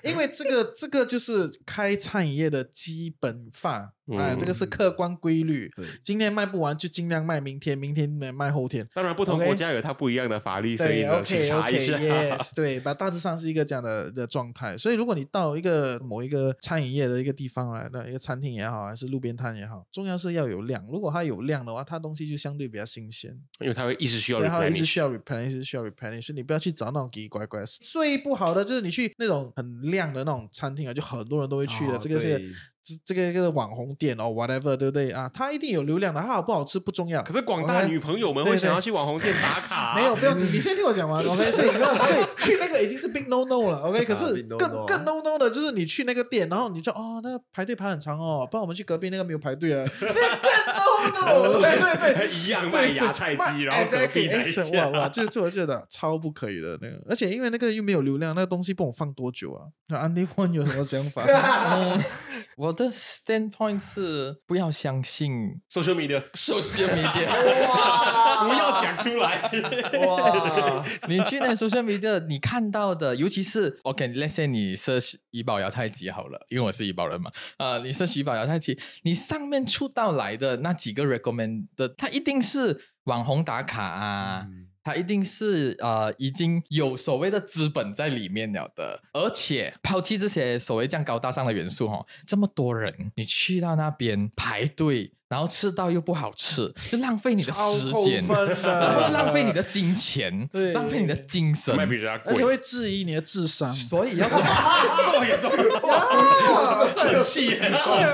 Speaker 1: 因为这个这个就是开餐饮业的基本法，哎、这个是客观规律。
Speaker 4: 对
Speaker 1: 今天卖不完就尽量卖明天，明天卖卖后天。
Speaker 2: 当然不同
Speaker 1: OK
Speaker 2: 国家有它不一样的法律，所以
Speaker 1: 对
Speaker 2: 呢，去
Speaker 1: ，OK
Speaker 2: 查
Speaker 1: OK
Speaker 2: 一下。
Speaker 1: yes，对，把大致上是一个这样的的状态。所以如果你到一个某一个餐饮业的一个地方来，那一个餐厅也好，还是路边摊也好，重要是要有量。如果它有量的话，它东西就相对比较新鲜，
Speaker 2: 因为它会一直需要
Speaker 1: 然后一直
Speaker 2: replenish，
Speaker 1: 需要 replenish，一直需要 replenish。所以你不要去找那种奇奇怪怪。最不好的就是你去那种很亮的那种餐厅啊，就很多人都会去的，
Speaker 4: 哦
Speaker 1: 这个是
Speaker 4: 对。
Speaker 1: 这这个这个网红店哦，whatever，对不对啊？它一定有流量的，它好不好吃不重要。
Speaker 2: 可是广大
Speaker 1: OK
Speaker 2: 女朋友们
Speaker 1: 对
Speaker 2: 会
Speaker 1: 对
Speaker 2: 想要去网红店打卡、啊
Speaker 1: 没有，不要紧，你先听我讲完，OK？所以，所以去那个已经是 big no no 了，OK？可
Speaker 4: 啊
Speaker 1: 是
Speaker 4: ，big no
Speaker 1: 更
Speaker 4: no 啊
Speaker 1: 更 no no 的就是你去那个店，然后你就哦，那个排队排很长哦，不然我们去隔壁那个没有排队了，那更 no no，对对 对。
Speaker 2: 一样卖芽菜 鸡，然后隔壁来一
Speaker 1: exactly，
Speaker 2: 家
Speaker 1: 哇哇，这这我觉得超不可以的那个，而且因为那个又没有流量，那个东西不懂放多久啊？那 Andy One 有什么想法？
Speaker 3: 我的 standpoint 是不要相信
Speaker 2: social media，
Speaker 3: social media。
Speaker 4: 哇，
Speaker 2: 不要讲出来。
Speaker 4: 哇，
Speaker 3: 你去那 social media 你看到的，尤其是 OK，let's、say 你 search 怡宝瑶太极好了，因为我是怡宝人嘛，呃，你 search 怡宝瑶太极，你上面出到来的那几个 recommend 的，它一定是网红打卡啊。
Speaker 1: 嗯
Speaker 3: 它一定是呃已经有所谓的资本在里面了的，而且抛弃这些所谓这样高大上的元素哦，这么多人，你去到那边排队，然后吃到又不好吃，就浪费你的
Speaker 1: 超
Speaker 3: 时
Speaker 1: 扣
Speaker 3: 间，
Speaker 1: 分的
Speaker 3: 然后浪费你的金钱
Speaker 1: 对，
Speaker 3: 浪费你的精神，
Speaker 2: 卖比人家 贵，
Speaker 1: 而且会质疑你的智商。
Speaker 3: 所以要 怎么？
Speaker 2: 这么严重，很气耶。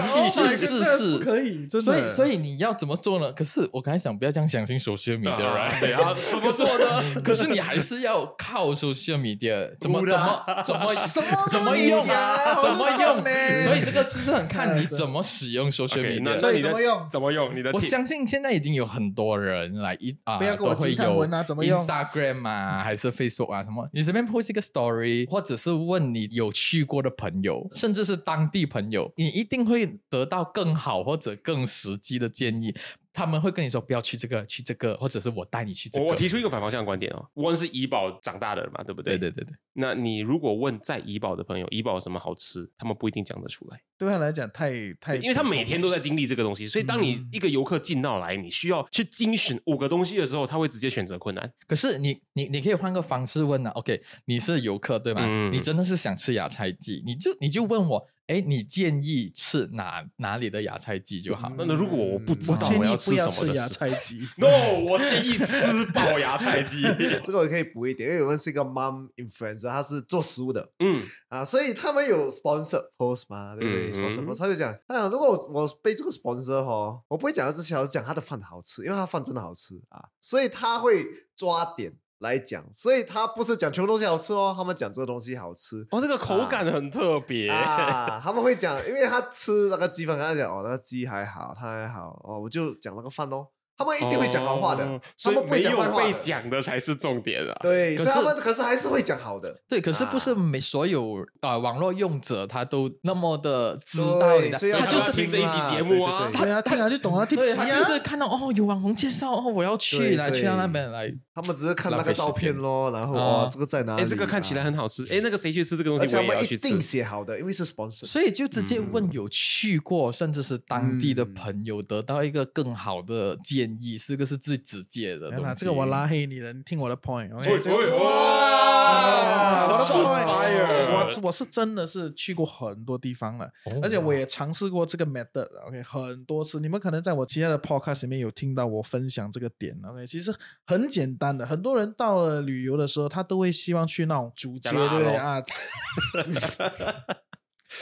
Speaker 3: 是是是，
Speaker 1: Oh 不可以，真的。
Speaker 3: 所以所以你要怎么做呢？可是我刚才想，不要这样相信 social media，、right?
Speaker 2: 对啊，怎么做 呢？
Speaker 3: 可是你还是要靠 social media，怎么
Speaker 2: 不
Speaker 3: 怎
Speaker 2: 啦
Speaker 3: 么怎么
Speaker 1: 什么
Speaker 3: 怎么用
Speaker 1: 你讲
Speaker 3: 啊？
Speaker 1: 啊
Speaker 3: 怎么用
Speaker 1: 好笨呢？
Speaker 3: 所以这个就是很看你
Speaker 1: 真的
Speaker 3: 怎么使用 social
Speaker 2: OK，那
Speaker 3: media。
Speaker 2: 那
Speaker 1: 所
Speaker 2: 你
Speaker 1: 以怎
Speaker 2: 的
Speaker 1: 么用
Speaker 2: 怎么用？你的
Speaker 3: 我
Speaker 2: tip
Speaker 3: 相信现在已经有很多人来一啊，
Speaker 1: 不要跟我
Speaker 3: 都会
Speaker 1: 鸡汤
Speaker 3: 有
Speaker 1: 文啊怎么用嗯
Speaker 3: Instagram 啊，还是 Facebook 啊什么，你随便 post 一个 story，或者是问你有去过的朋友，甚至是当地朋友，你一定会得到更好或者更实际的建议。他们会跟你说不要去这个，去这个，或者是我带你去这个。
Speaker 2: 我我提出一个反方向的观点哦，温是怡宝长大的人嘛，对不
Speaker 3: 对
Speaker 2: 对？
Speaker 3: 对对对，
Speaker 2: 那你如果问在怡宝的朋友，怡宝有什么好吃，他们不一定讲得出来，
Speaker 1: 对他来讲太太，
Speaker 2: 因为他每天都在经历这个东西。所以当你
Speaker 1: 嗯
Speaker 2: 一个游客进到来，你需要去精选五个东西的时候，他会直接选择困难。
Speaker 3: 可是你你你可以换个方式问啊，OK，你是游客对吗？
Speaker 2: 嗯
Speaker 3: 你真的是想吃芽菜鸡，你就你就问我，哎，你建议吃哪哪里的芽菜鸡就好。
Speaker 2: 那那如果我不
Speaker 1: 嗯
Speaker 2: 知
Speaker 1: 我
Speaker 2: 道
Speaker 1: 建
Speaker 2: 我
Speaker 1: 议
Speaker 2: 吃
Speaker 1: 不要
Speaker 2: 什么
Speaker 1: 吃
Speaker 2: 的
Speaker 1: 芽
Speaker 2: 时候
Speaker 1: 菜 鸡。
Speaker 2: ，no，我建议吃爆芽菜 鸡。
Speaker 4: 这个我可以补一点，因为我们是一个 mom influencer，他是做食物的
Speaker 2: 嗯，
Speaker 4: 啊，所以他们有 sponsor post 嘛，对不对、
Speaker 2: 嗯
Speaker 4: s p o n s o r post，他就讲，他讲如果我我被这个 sponsor 哈，我不会讲到这些，我讲他的饭好吃，因为他饭真的好吃啊，所以他会抓点来讲，所以他不是讲全部东西好吃哦，他们讲这个东西好吃。
Speaker 2: 哦哇，这个口感很特别。
Speaker 4: 啊，他们会讲，因为他吃那个鸡饭，跟他讲哦，那个鸡还好，他还好哦，我就讲那个饭哦，他们一定会讲好话的，
Speaker 2: 哦所
Speaker 4: 他
Speaker 2: 以
Speaker 4: 们不会
Speaker 2: 没
Speaker 4: 讲坏
Speaker 2: 有
Speaker 4: 话
Speaker 2: 被
Speaker 4: 的。
Speaker 2: 讲的才是重点啊。
Speaker 4: 对，
Speaker 3: 可
Speaker 4: 所以他
Speaker 3: 是
Speaker 4: 们可是还是会讲好的。
Speaker 3: 对，可是不是每所有啊、呃网络用者他都那么的知道
Speaker 4: 对啊
Speaker 3: 你的，
Speaker 4: 所以
Speaker 2: 他
Speaker 3: 他
Speaker 4: 要
Speaker 3: 就
Speaker 4: 多
Speaker 3: 是
Speaker 2: 听
Speaker 4: 听
Speaker 2: 这一集
Speaker 4: 啦
Speaker 2: 节目啊
Speaker 4: 对对对
Speaker 1: 对啊，听啊就懂啊，听
Speaker 3: 对
Speaker 1: 啊，
Speaker 3: 他就是看到哦有网红介绍哦我要去
Speaker 4: 对
Speaker 3: 来
Speaker 4: 对
Speaker 3: 去到那边来，
Speaker 4: 他们只是看那
Speaker 3: 浪
Speaker 4: 个
Speaker 3: 费时
Speaker 4: 照片
Speaker 3: 间
Speaker 4: 咯，然后
Speaker 3: 啊
Speaker 4: 哦，这个在哪里
Speaker 2: 哎，
Speaker 4: 啊？
Speaker 2: 这个看起来很好吃，哎，那个谁去吃这个
Speaker 4: 而
Speaker 2: 东西，我
Speaker 4: 且
Speaker 2: 也
Speaker 4: 他
Speaker 2: 要
Speaker 4: 们一
Speaker 2: 去吃。
Speaker 4: 定写好的，因为是 sponsor。
Speaker 3: 所以就直接问有去过、甚至是当地的朋友，得到一个更好的建议，这个是最直接的
Speaker 1: 没有
Speaker 3: 东
Speaker 1: 啦，
Speaker 3: 西。
Speaker 1: 这个我拉黑你了，你听我的 point，OK？、
Speaker 2: 喂
Speaker 4: 哎
Speaker 1: 这个
Speaker 2: 喂
Speaker 1: 我
Speaker 2: 哇
Speaker 1: 的
Speaker 2: Shots
Speaker 1: point，
Speaker 2: fired
Speaker 1: 我我是真的是去过很多地方了，
Speaker 3: 哦，
Speaker 2: 啊
Speaker 1: 而且我也尝试过这个 method，OK，、很多次。你们可能在我其他的 podcast 里面有听到我分享这个点，OK，其实很简单的。很多人到了旅游的时候，他都会希望去那种主街，
Speaker 2: 讲啦
Speaker 1: 对不对
Speaker 2: 咯
Speaker 1: 啊？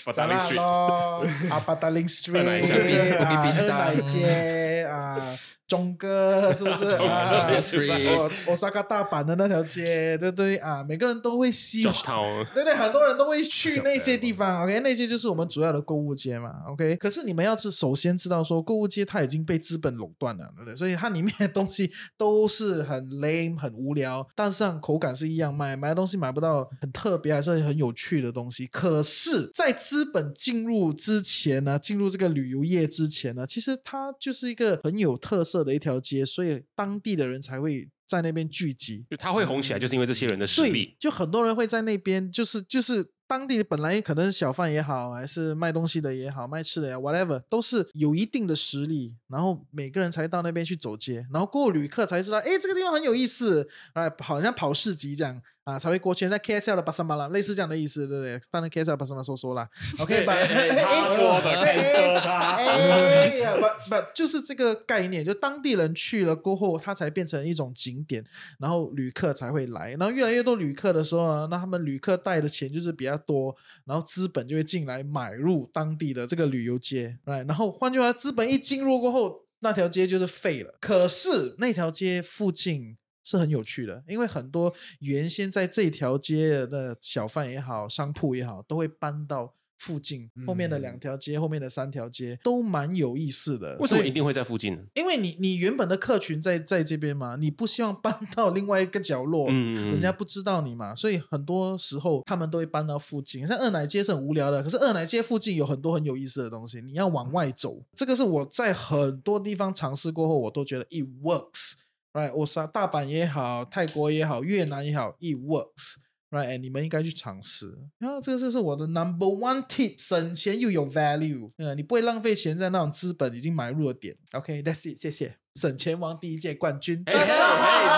Speaker 2: 把
Speaker 1: 达
Speaker 2: 达利
Speaker 1: 拉
Speaker 2: 去
Speaker 1: 咯，阿巴达 林啊 Street，
Speaker 2: 来一下冰
Speaker 1: 啊
Speaker 3: 冰冰
Speaker 1: 二奶
Speaker 3: 当
Speaker 1: 街啊，钟哥是不 是
Speaker 2: 钟哥
Speaker 1: 啊
Speaker 3: Street
Speaker 1: 我我萨卡大阪的那条街，对不对啊？每个人都会希望
Speaker 2: Josh Town，
Speaker 1: 对对，很多人都会去那些地方。OK，那些就是我们主要的购物街嘛。OK，可是你们要是首先知道说，购物街它已经被资本垄断了，对不对？所以它里面的东西都是很 lame、很无聊，但是上口感是一样卖，买的东西买不到很特别还是很有趣的东西。可是，在资本进入之前呢，进入这个旅游业之前呢，其实它就是一个很有特色的一条街，所以当地的人才会在那边聚集。
Speaker 2: 就他会红起来，就是因为这些人的实
Speaker 1: 对，
Speaker 2: 力。
Speaker 1: 就很多人会在那边，就是就是当地本来可能是小贩也好，还是卖东西的也好，卖吃的呀，whatever，都是有一定的实力，然后每个人才到那边去走街，然后过后旅客才知道，哎，这个地方很有意思，哎，好像跑市集这样啊，才会过去。像 KSL 的巴萨马拉类似这样的意思，对不对？当然 KSL 巴萨马说说 啦，OK，把
Speaker 2: 哎他说的
Speaker 1: 哎
Speaker 2: 看着他
Speaker 1: 哎呀，不不，就是这个概念，就当地人去了过后，它才变成一种景点，然后旅客才会来，然后越来越多旅客的时候啊呢，那他们旅客带的钱就是比较多，然后资本就会进来买入当地的这个旅游街，right？然后换句话说，资本一进入过后，那条街就是废了。可是那条街附近是很有趣的，因为很多原先在这条街的小贩也好、商铺也好，都会搬到。附近后面的两条街，后面的三条街都蛮有意思的。
Speaker 2: 嗯为什
Speaker 1: 所
Speaker 2: 么
Speaker 1: 以
Speaker 2: 一定会在附近呢？
Speaker 1: 因为你你原本的客群在在这边嘛，你不希望搬到另外一个角落，
Speaker 2: 嗯嗯嗯
Speaker 1: 人家不知道你嘛，所以很多时候他们都会搬到附近。像二奶街是很无聊的，可是二奶街附近有很多很有意思的东西，你要往外走，这个是我在很多地方尝试过后，我都觉得 it works。Right，我沙大阪也好，泰国也好，越南也好，it works。Right，and 你们应该去尝试。然后这个就是我的 number one tip，省钱又有 value。嗯，你不会浪费钱在那种资本已经买入的点。OK，that's、it，谢谢。省钱王第一届冠军，
Speaker 2: 哎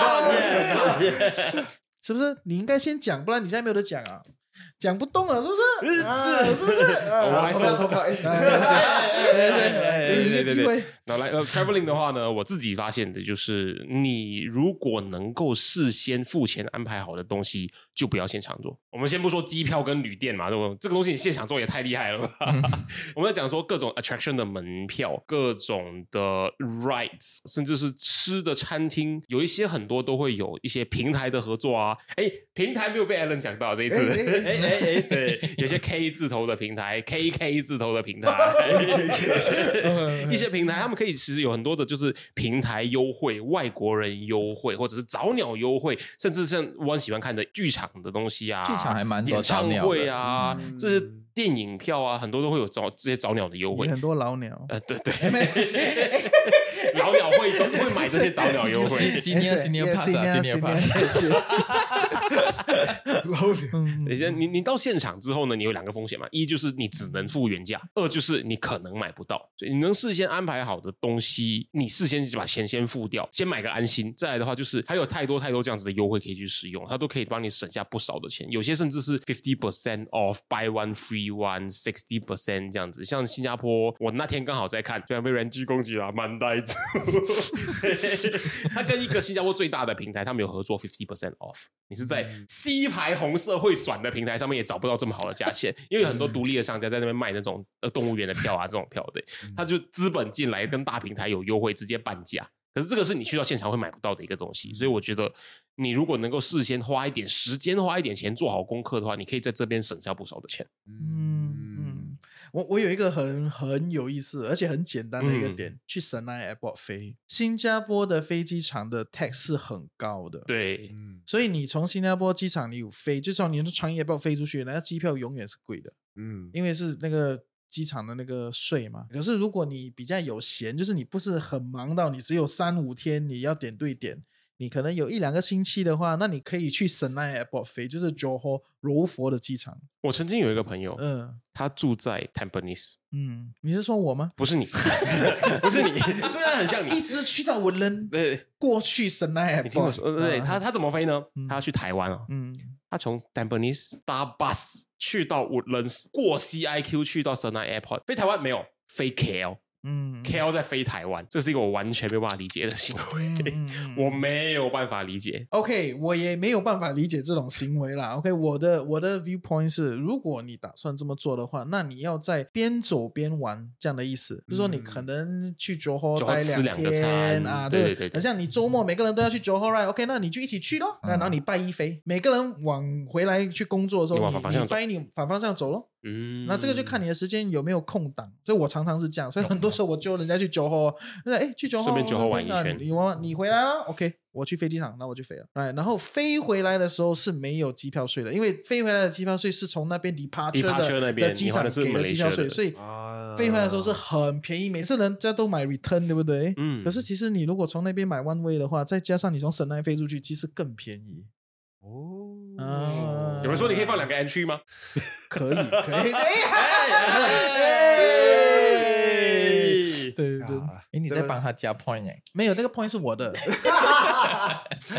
Speaker 2: 哎 哎
Speaker 1: 是不是？你应该先讲，不然你现在没有得讲啊，讲不动了，是不是？啊、是不是？
Speaker 2: 我
Speaker 1: 啊
Speaker 2: 还
Speaker 4: 投
Speaker 2: 说
Speaker 4: 票投票， 哎
Speaker 1: 哎哎哎哎哎
Speaker 2: 对
Speaker 1: 给你一
Speaker 2: 对
Speaker 1: 个机
Speaker 2: 对对
Speaker 1: 会。
Speaker 2: 那来呃，traveling 的话呢，我自己发现的就是，你如果能够事先付钱安排好的东西，就不要现场做。我们先不说机票跟旅店嘛，对不对？这个东西你现场做也太厉害了吧。 我们在讲说各种 attraction 的门票、各种的 rides，甚至是吃的餐厅，有一些很多都会有一些平台的合作啊。哎，平台没有被 Alan 讲到这一次，
Speaker 4: 哎哎
Speaker 2: 哎哎哎，对，有些 K 字头的平台，KK 字头的平台。
Speaker 3: 哦
Speaker 2: 一些平台，他们可以其实有很多的，就是平台优惠、外国人优惠，或者是早鸟优惠，甚至像我很喜欢看的剧场的东西啊，
Speaker 3: 剧场还蛮多
Speaker 2: 演
Speaker 3: 早
Speaker 2: 唱
Speaker 3: 鸟的
Speaker 2: 会啊，
Speaker 4: 嗯
Speaker 2: 这些电影票啊，很多都会有早这些早鸟的优惠
Speaker 1: 你。很多老鸟，
Speaker 2: 呃，对对，老鸟会 都会买这些早鸟优惠。
Speaker 3: 是 Senior- Senior Pass 啊 Senior Pass
Speaker 1: Pass，老
Speaker 2: 等一
Speaker 1: 鸟
Speaker 2: 下，你你到现场之后呢，你有两个风险嘛，一就是你只能付原价，二就是你可能买不到。所以你能事先安排好的东西，你事先就把钱先付掉，先买个安心。再来的话，就是还有太多太多这样子的优惠可以去使用，它都可以帮你省下不少的钱。有些甚至是 fifty percent off buy one free one sixty percent 这样子。像新加坡，我那天刚好在看，虽然被人机攻击了，蛮呆子。他跟一个新加坡最大的平台，他们有合作 fifty percent off。你是在 C 牌红色会转的平台上面也找不到这么好的价钱，因为有很多独立的商家在那边卖那种呃动物园的票啊这种票对，他就资本进来跟大平台有优惠，直接半价。可是这个是你去到现场会买不到的一个东西，所以我觉得你如果能够事先花一点时间、花一点钱做好功课的话，你可以在这边省下不少的钱。
Speaker 1: 嗯嗯，我我有一个很很有意思，而且很简单的一个点，去 Senai Airport 飞，新加坡的飞机场的 tax 是很高的，，
Speaker 2: 对，
Speaker 4: 嗯
Speaker 1: 所以你从新加坡机场你有飞，就算你从长野 airport 飞出去，那机票永远是贵的，
Speaker 4: 嗯
Speaker 1: 因为是那个机场的那个税嘛。可是如果你比较有闲，就是你不是很忙到你只有三五天你要点对点，你可能有一两个星期的话，那你可以去 Senai Airport 飞，就是 Johor 柔佛的机场。
Speaker 2: 我曾经有一个朋友，
Speaker 1: 嗯
Speaker 2: 他住在 Tampines，
Speaker 1: 嗯，你是说我吗？
Speaker 2: 不是你，不是你，虽然很像
Speaker 1: 一
Speaker 2: 你，
Speaker 1: 直去到我扔
Speaker 2: 对，
Speaker 1: 过去 Senai Airport。
Speaker 2: 你听我说，呃对他他怎么飞呢
Speaker 1: 嗯？
Speaker 2: 他要去台湾啊，
Speaker 1: 嗯
Speaker 2: 他从 Tampines 搭 bus 去到 Woodlands，过 CIQ 去到 Senai Airport，飞台湾没有，飞 KL，KL
Speaker 1: 嗯，
Speaker 2: 再飞台湾，这是一个我完全没有办法理解的行为，
Speaker 1: 嗯嗯嗯
Speaker 2: 我没有办法理解。
Speaker 1: OK，我也没有办法理解这种行为啦。OK，我的我的 viewpoint 是，如果你打算这么做的话，那你要在边走边玩这样的意思，就是说你可能去 Johor
Speaker 2: 就
Speaker 1: 待
Speaker 2: 嗯吃
Speaker 1: 两
Speaker 2: 两个餐
Speaker 1: 天啊，
Speaker 2: 对
Speaker 1: 对
Speaker 2: 对对对
Speaker 1: 很像你周末每个人都要去 Johor right？OK，、那你就一起去咯。那、
Speaker 3: 嗯
Speaker 1: 然后你拜一飞，每个人往回来去工作的时
Speaker 2: 你
Speaker 1: 候，
Speaker 2: 往
Speaker 1: 你
Speaker 2: 反方向
Speaker 1: 你
Speaker 2: 走
Speaker 1: 拜你反方向走咯。
Speaker 2: 嗯，
Speaker 1: 那这个就看你的时间有没有空档，所以我常常是这样，所以很多时候我揪人家去酒后，那哎去酒后，
Speaker 2: 顺便酒后玩一
Speaker 1: 那
Speaker 2: 圈
Speaker 1: 你玩你回来了，OK，我去飞机场，那我就飞了，哎，然后飞回来的时候是没有机票税的，因为飞回来的机票税是从那边 departure 的
Speaker 2: Departure 那边
Speaker 1: 的机
Speaker 2: 你
Speaker 1: 场
Speaker 2: 换的是
Speaker 1: 给的机票
Speaker 2: Malaysia
Speaker 1: 税，
Speaker 2: 的
Speaker 1: 所以
Speaker 4: 啊
Speaker 1: 飞回来的时候是很便宜，每次人家都买 return，对不对？
Speaker 2: 嗯
Speaker 1: 可是其实你如果从那边买 one way 的话，再加上你从省内飞出去，其实更便宜。
Speaker 4: 哦
Speaker 1: 啊
Speaker 2: 有人说你可以放两个 N 区吗？
Speaker 1: 可以，可以，哎，
Speaker 2: 哎
Speaker 1: 对对对。
Speaker 3: 哎，你
Speaker 4: 这
Speaker 3: 在
Speaker 4: 个
Speaker 3: 帮他加 point 哎，
Speaker 1: 没有，那个 point 是我 的。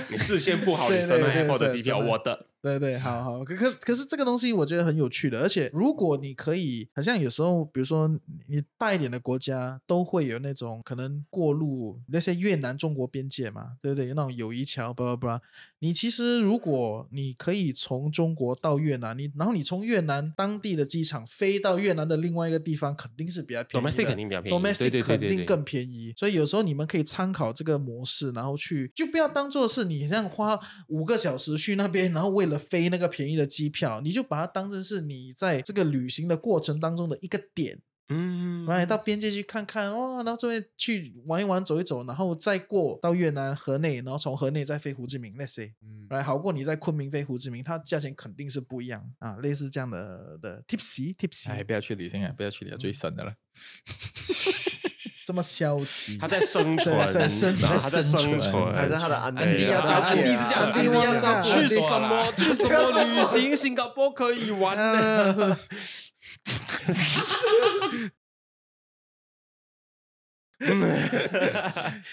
Speaker 2: 你视线不好，
Speaker 1: 对
Speaker 2: 你
Speaker 1: 对
Speaker 2: 省了
Speaker 1: 对
Speaker 2: Apple 的
Speaker 1: 是
Speaker 2: 机票，
Speaker 1: 是
Speaker 2: 我的。
Speaker 1: 对对，好好。可可可是这个东西我觉得很有趣的，而且如果你可以，好像有时候，比如说你大一点的国家都会有那种可能过路那些越南中国边界嘛，对不对？有那种友谊桥，巴拉巴拉。你其实如果你可以从中国到越南，你然后你从越南当地的机场飞到越南的另外一个地方，肯定是比较便宜的。
Speaker 2: Domestic 肯定比较便宜
Speaker 1: domestic
Speaker 2: 对对对
Speaker 1: 肯
Speaker 2: 对
Speaker 1: 定
Speaker 2: 对
Speaker 1: 更便宜。所以有时候你们可以参考这个模式，然后去就不要当做是你像花五个小时去那边，然后为了飞那个便宜的机票，你就把它当成是你在这个旅行的过程当中的一个点，
Speaker 2: 嗯
Speaker 1: 然后到边界去看看哦，然后这边去玩一玩、走一走，然后再过到越南河内，然后从河内再飞胡志明那些。
Speaker 4: 嗯
Speaker 1: 来好过你在昆明飞胡志明，它价钱肯定是不一样啊，类似这样的的 tipsy tipsy，
Speaker 3: 哎，不要去旅行啊，不要去聊最深的了。
Speaker 1: 这么消 极，
Speaker 2: 他在生存，
Speaker 1: 在在生存
Speaker 2: 然后他在生存，哎
Speaker 4: 还是他的安
Speaker 3: 安迪
Speaker 4: 迪
Speaker 3: 要
Speaker 4: 啊
Speaker 3: 这样
Speaker 2: 安迪是这样，
Speaker 1: 安迪要这样
Speaker 2: 去
Speaker 3: 安
Speaker 2: 什
Speaker 3: 迪说
Speaker 2: 么
Speaker 3: 了
Speaker 2: 去什么旅行？新加坡可以玩的。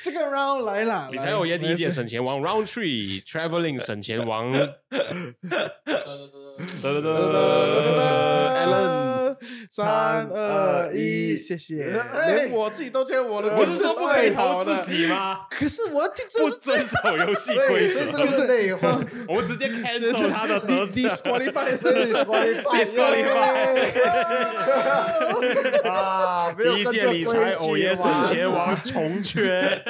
Speaker 1: 这个 round 来啦，
Speaker 2: 理
Speaker 1: 来
Speaker 2: 财有爷第一
Speaker 1: 没
Speaker 2: 点
Speaker 1: 事
Speaker 2: 省钱王 Round Three Traveling 省钱王。哒哒哒哒哒，Alan
Speaker 1: 呃三二一，
Speaker 4: 一
Speaker 1: 谢谢。
Speaker 4: 哎
Speaker 1: 连我自己都觉得我的
Speaker 2: 不
Speaker 1: 歌
Speaker 2: 是说不可以
Speaker 1: 最
Speaker 2: 投
Speaker 1: 好的
Speaker 2: 自，己吗？
Speaker 1: 可是我听这
Speaker 2: 不
Speaker 1: 是
Speaker 2: 遵守游戏
Speaker 4: 对，
Speaker 2: 规
Speaker 4: 所以这
Speaker 2: 则
Speaker 4: 个，是内
Speaker 1: 上
Speaker 4: 讧。
Speaker 2: 我们直接 cancel 他的得
Speaker 1: 你
Speaker 2: 奖。
Speaker 4: disqualify，disqualify 啊！没有
Speaker 2: 第一
Speaker 4: 跟
Speaker 2: 届
Speaker 4: 着
Speaker 2: 理
Speaker 4: 规
Speaker 2: 财
Speaker 4: 矩
Speaker 2: 偶爷省
Speaker 4: 玩
Speaker 2: 钱王重缺，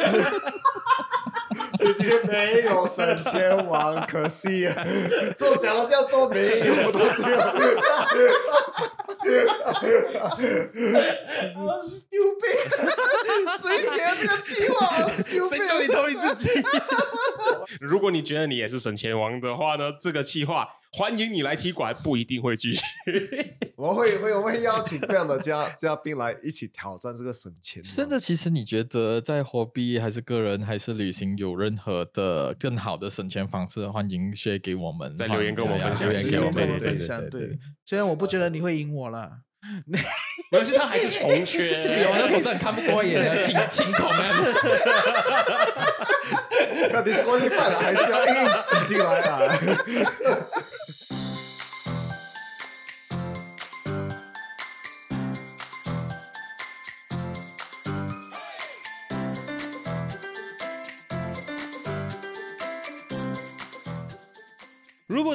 Speaker 4: 直接没有省钱王，可惜啊！中奖了这样多没有，都只有
Speaker 1: stupid，谁写的这个计划？stupid，啊
Speaker 2: 谁叫你投你自己？ 如果你觉得你也是省钱王的话呢，这个计划欢迎你来踢馆，不一定 会继续。
Speaker 4: 我会会我会邀请这样的嘉嘉宾来一起挑战这个省钱王。
Speaker 3: 甚至其实你觉得在 hobby 还是个人还是旅行有任何的更好的省钱方式，欢迎 share 给我们，
Speaker 2: 在留言跟我们
Speaker 3: 欢迎
Speaker 2: 分享
Speaker 3: 啊留言给
Speaker 1: 跟我
Speaker 3: 我们
Speaker 1: 们
Speaker 3: 对
Speaker 1: 分
Speaker 3: 对
Speaker 1: 享。
Speaker 3: 对对
Speaker 1: 对，虽然我不觉得你会赢我啦，
Speaker 2: 可是他还是重缺，
Speaker 3: 对。哎我那时候是很看不过眼 的，清清孔啊！
Speaker 4: 要 disqualify 了，还是要硬挤进来啊？
Speaker 2: 如果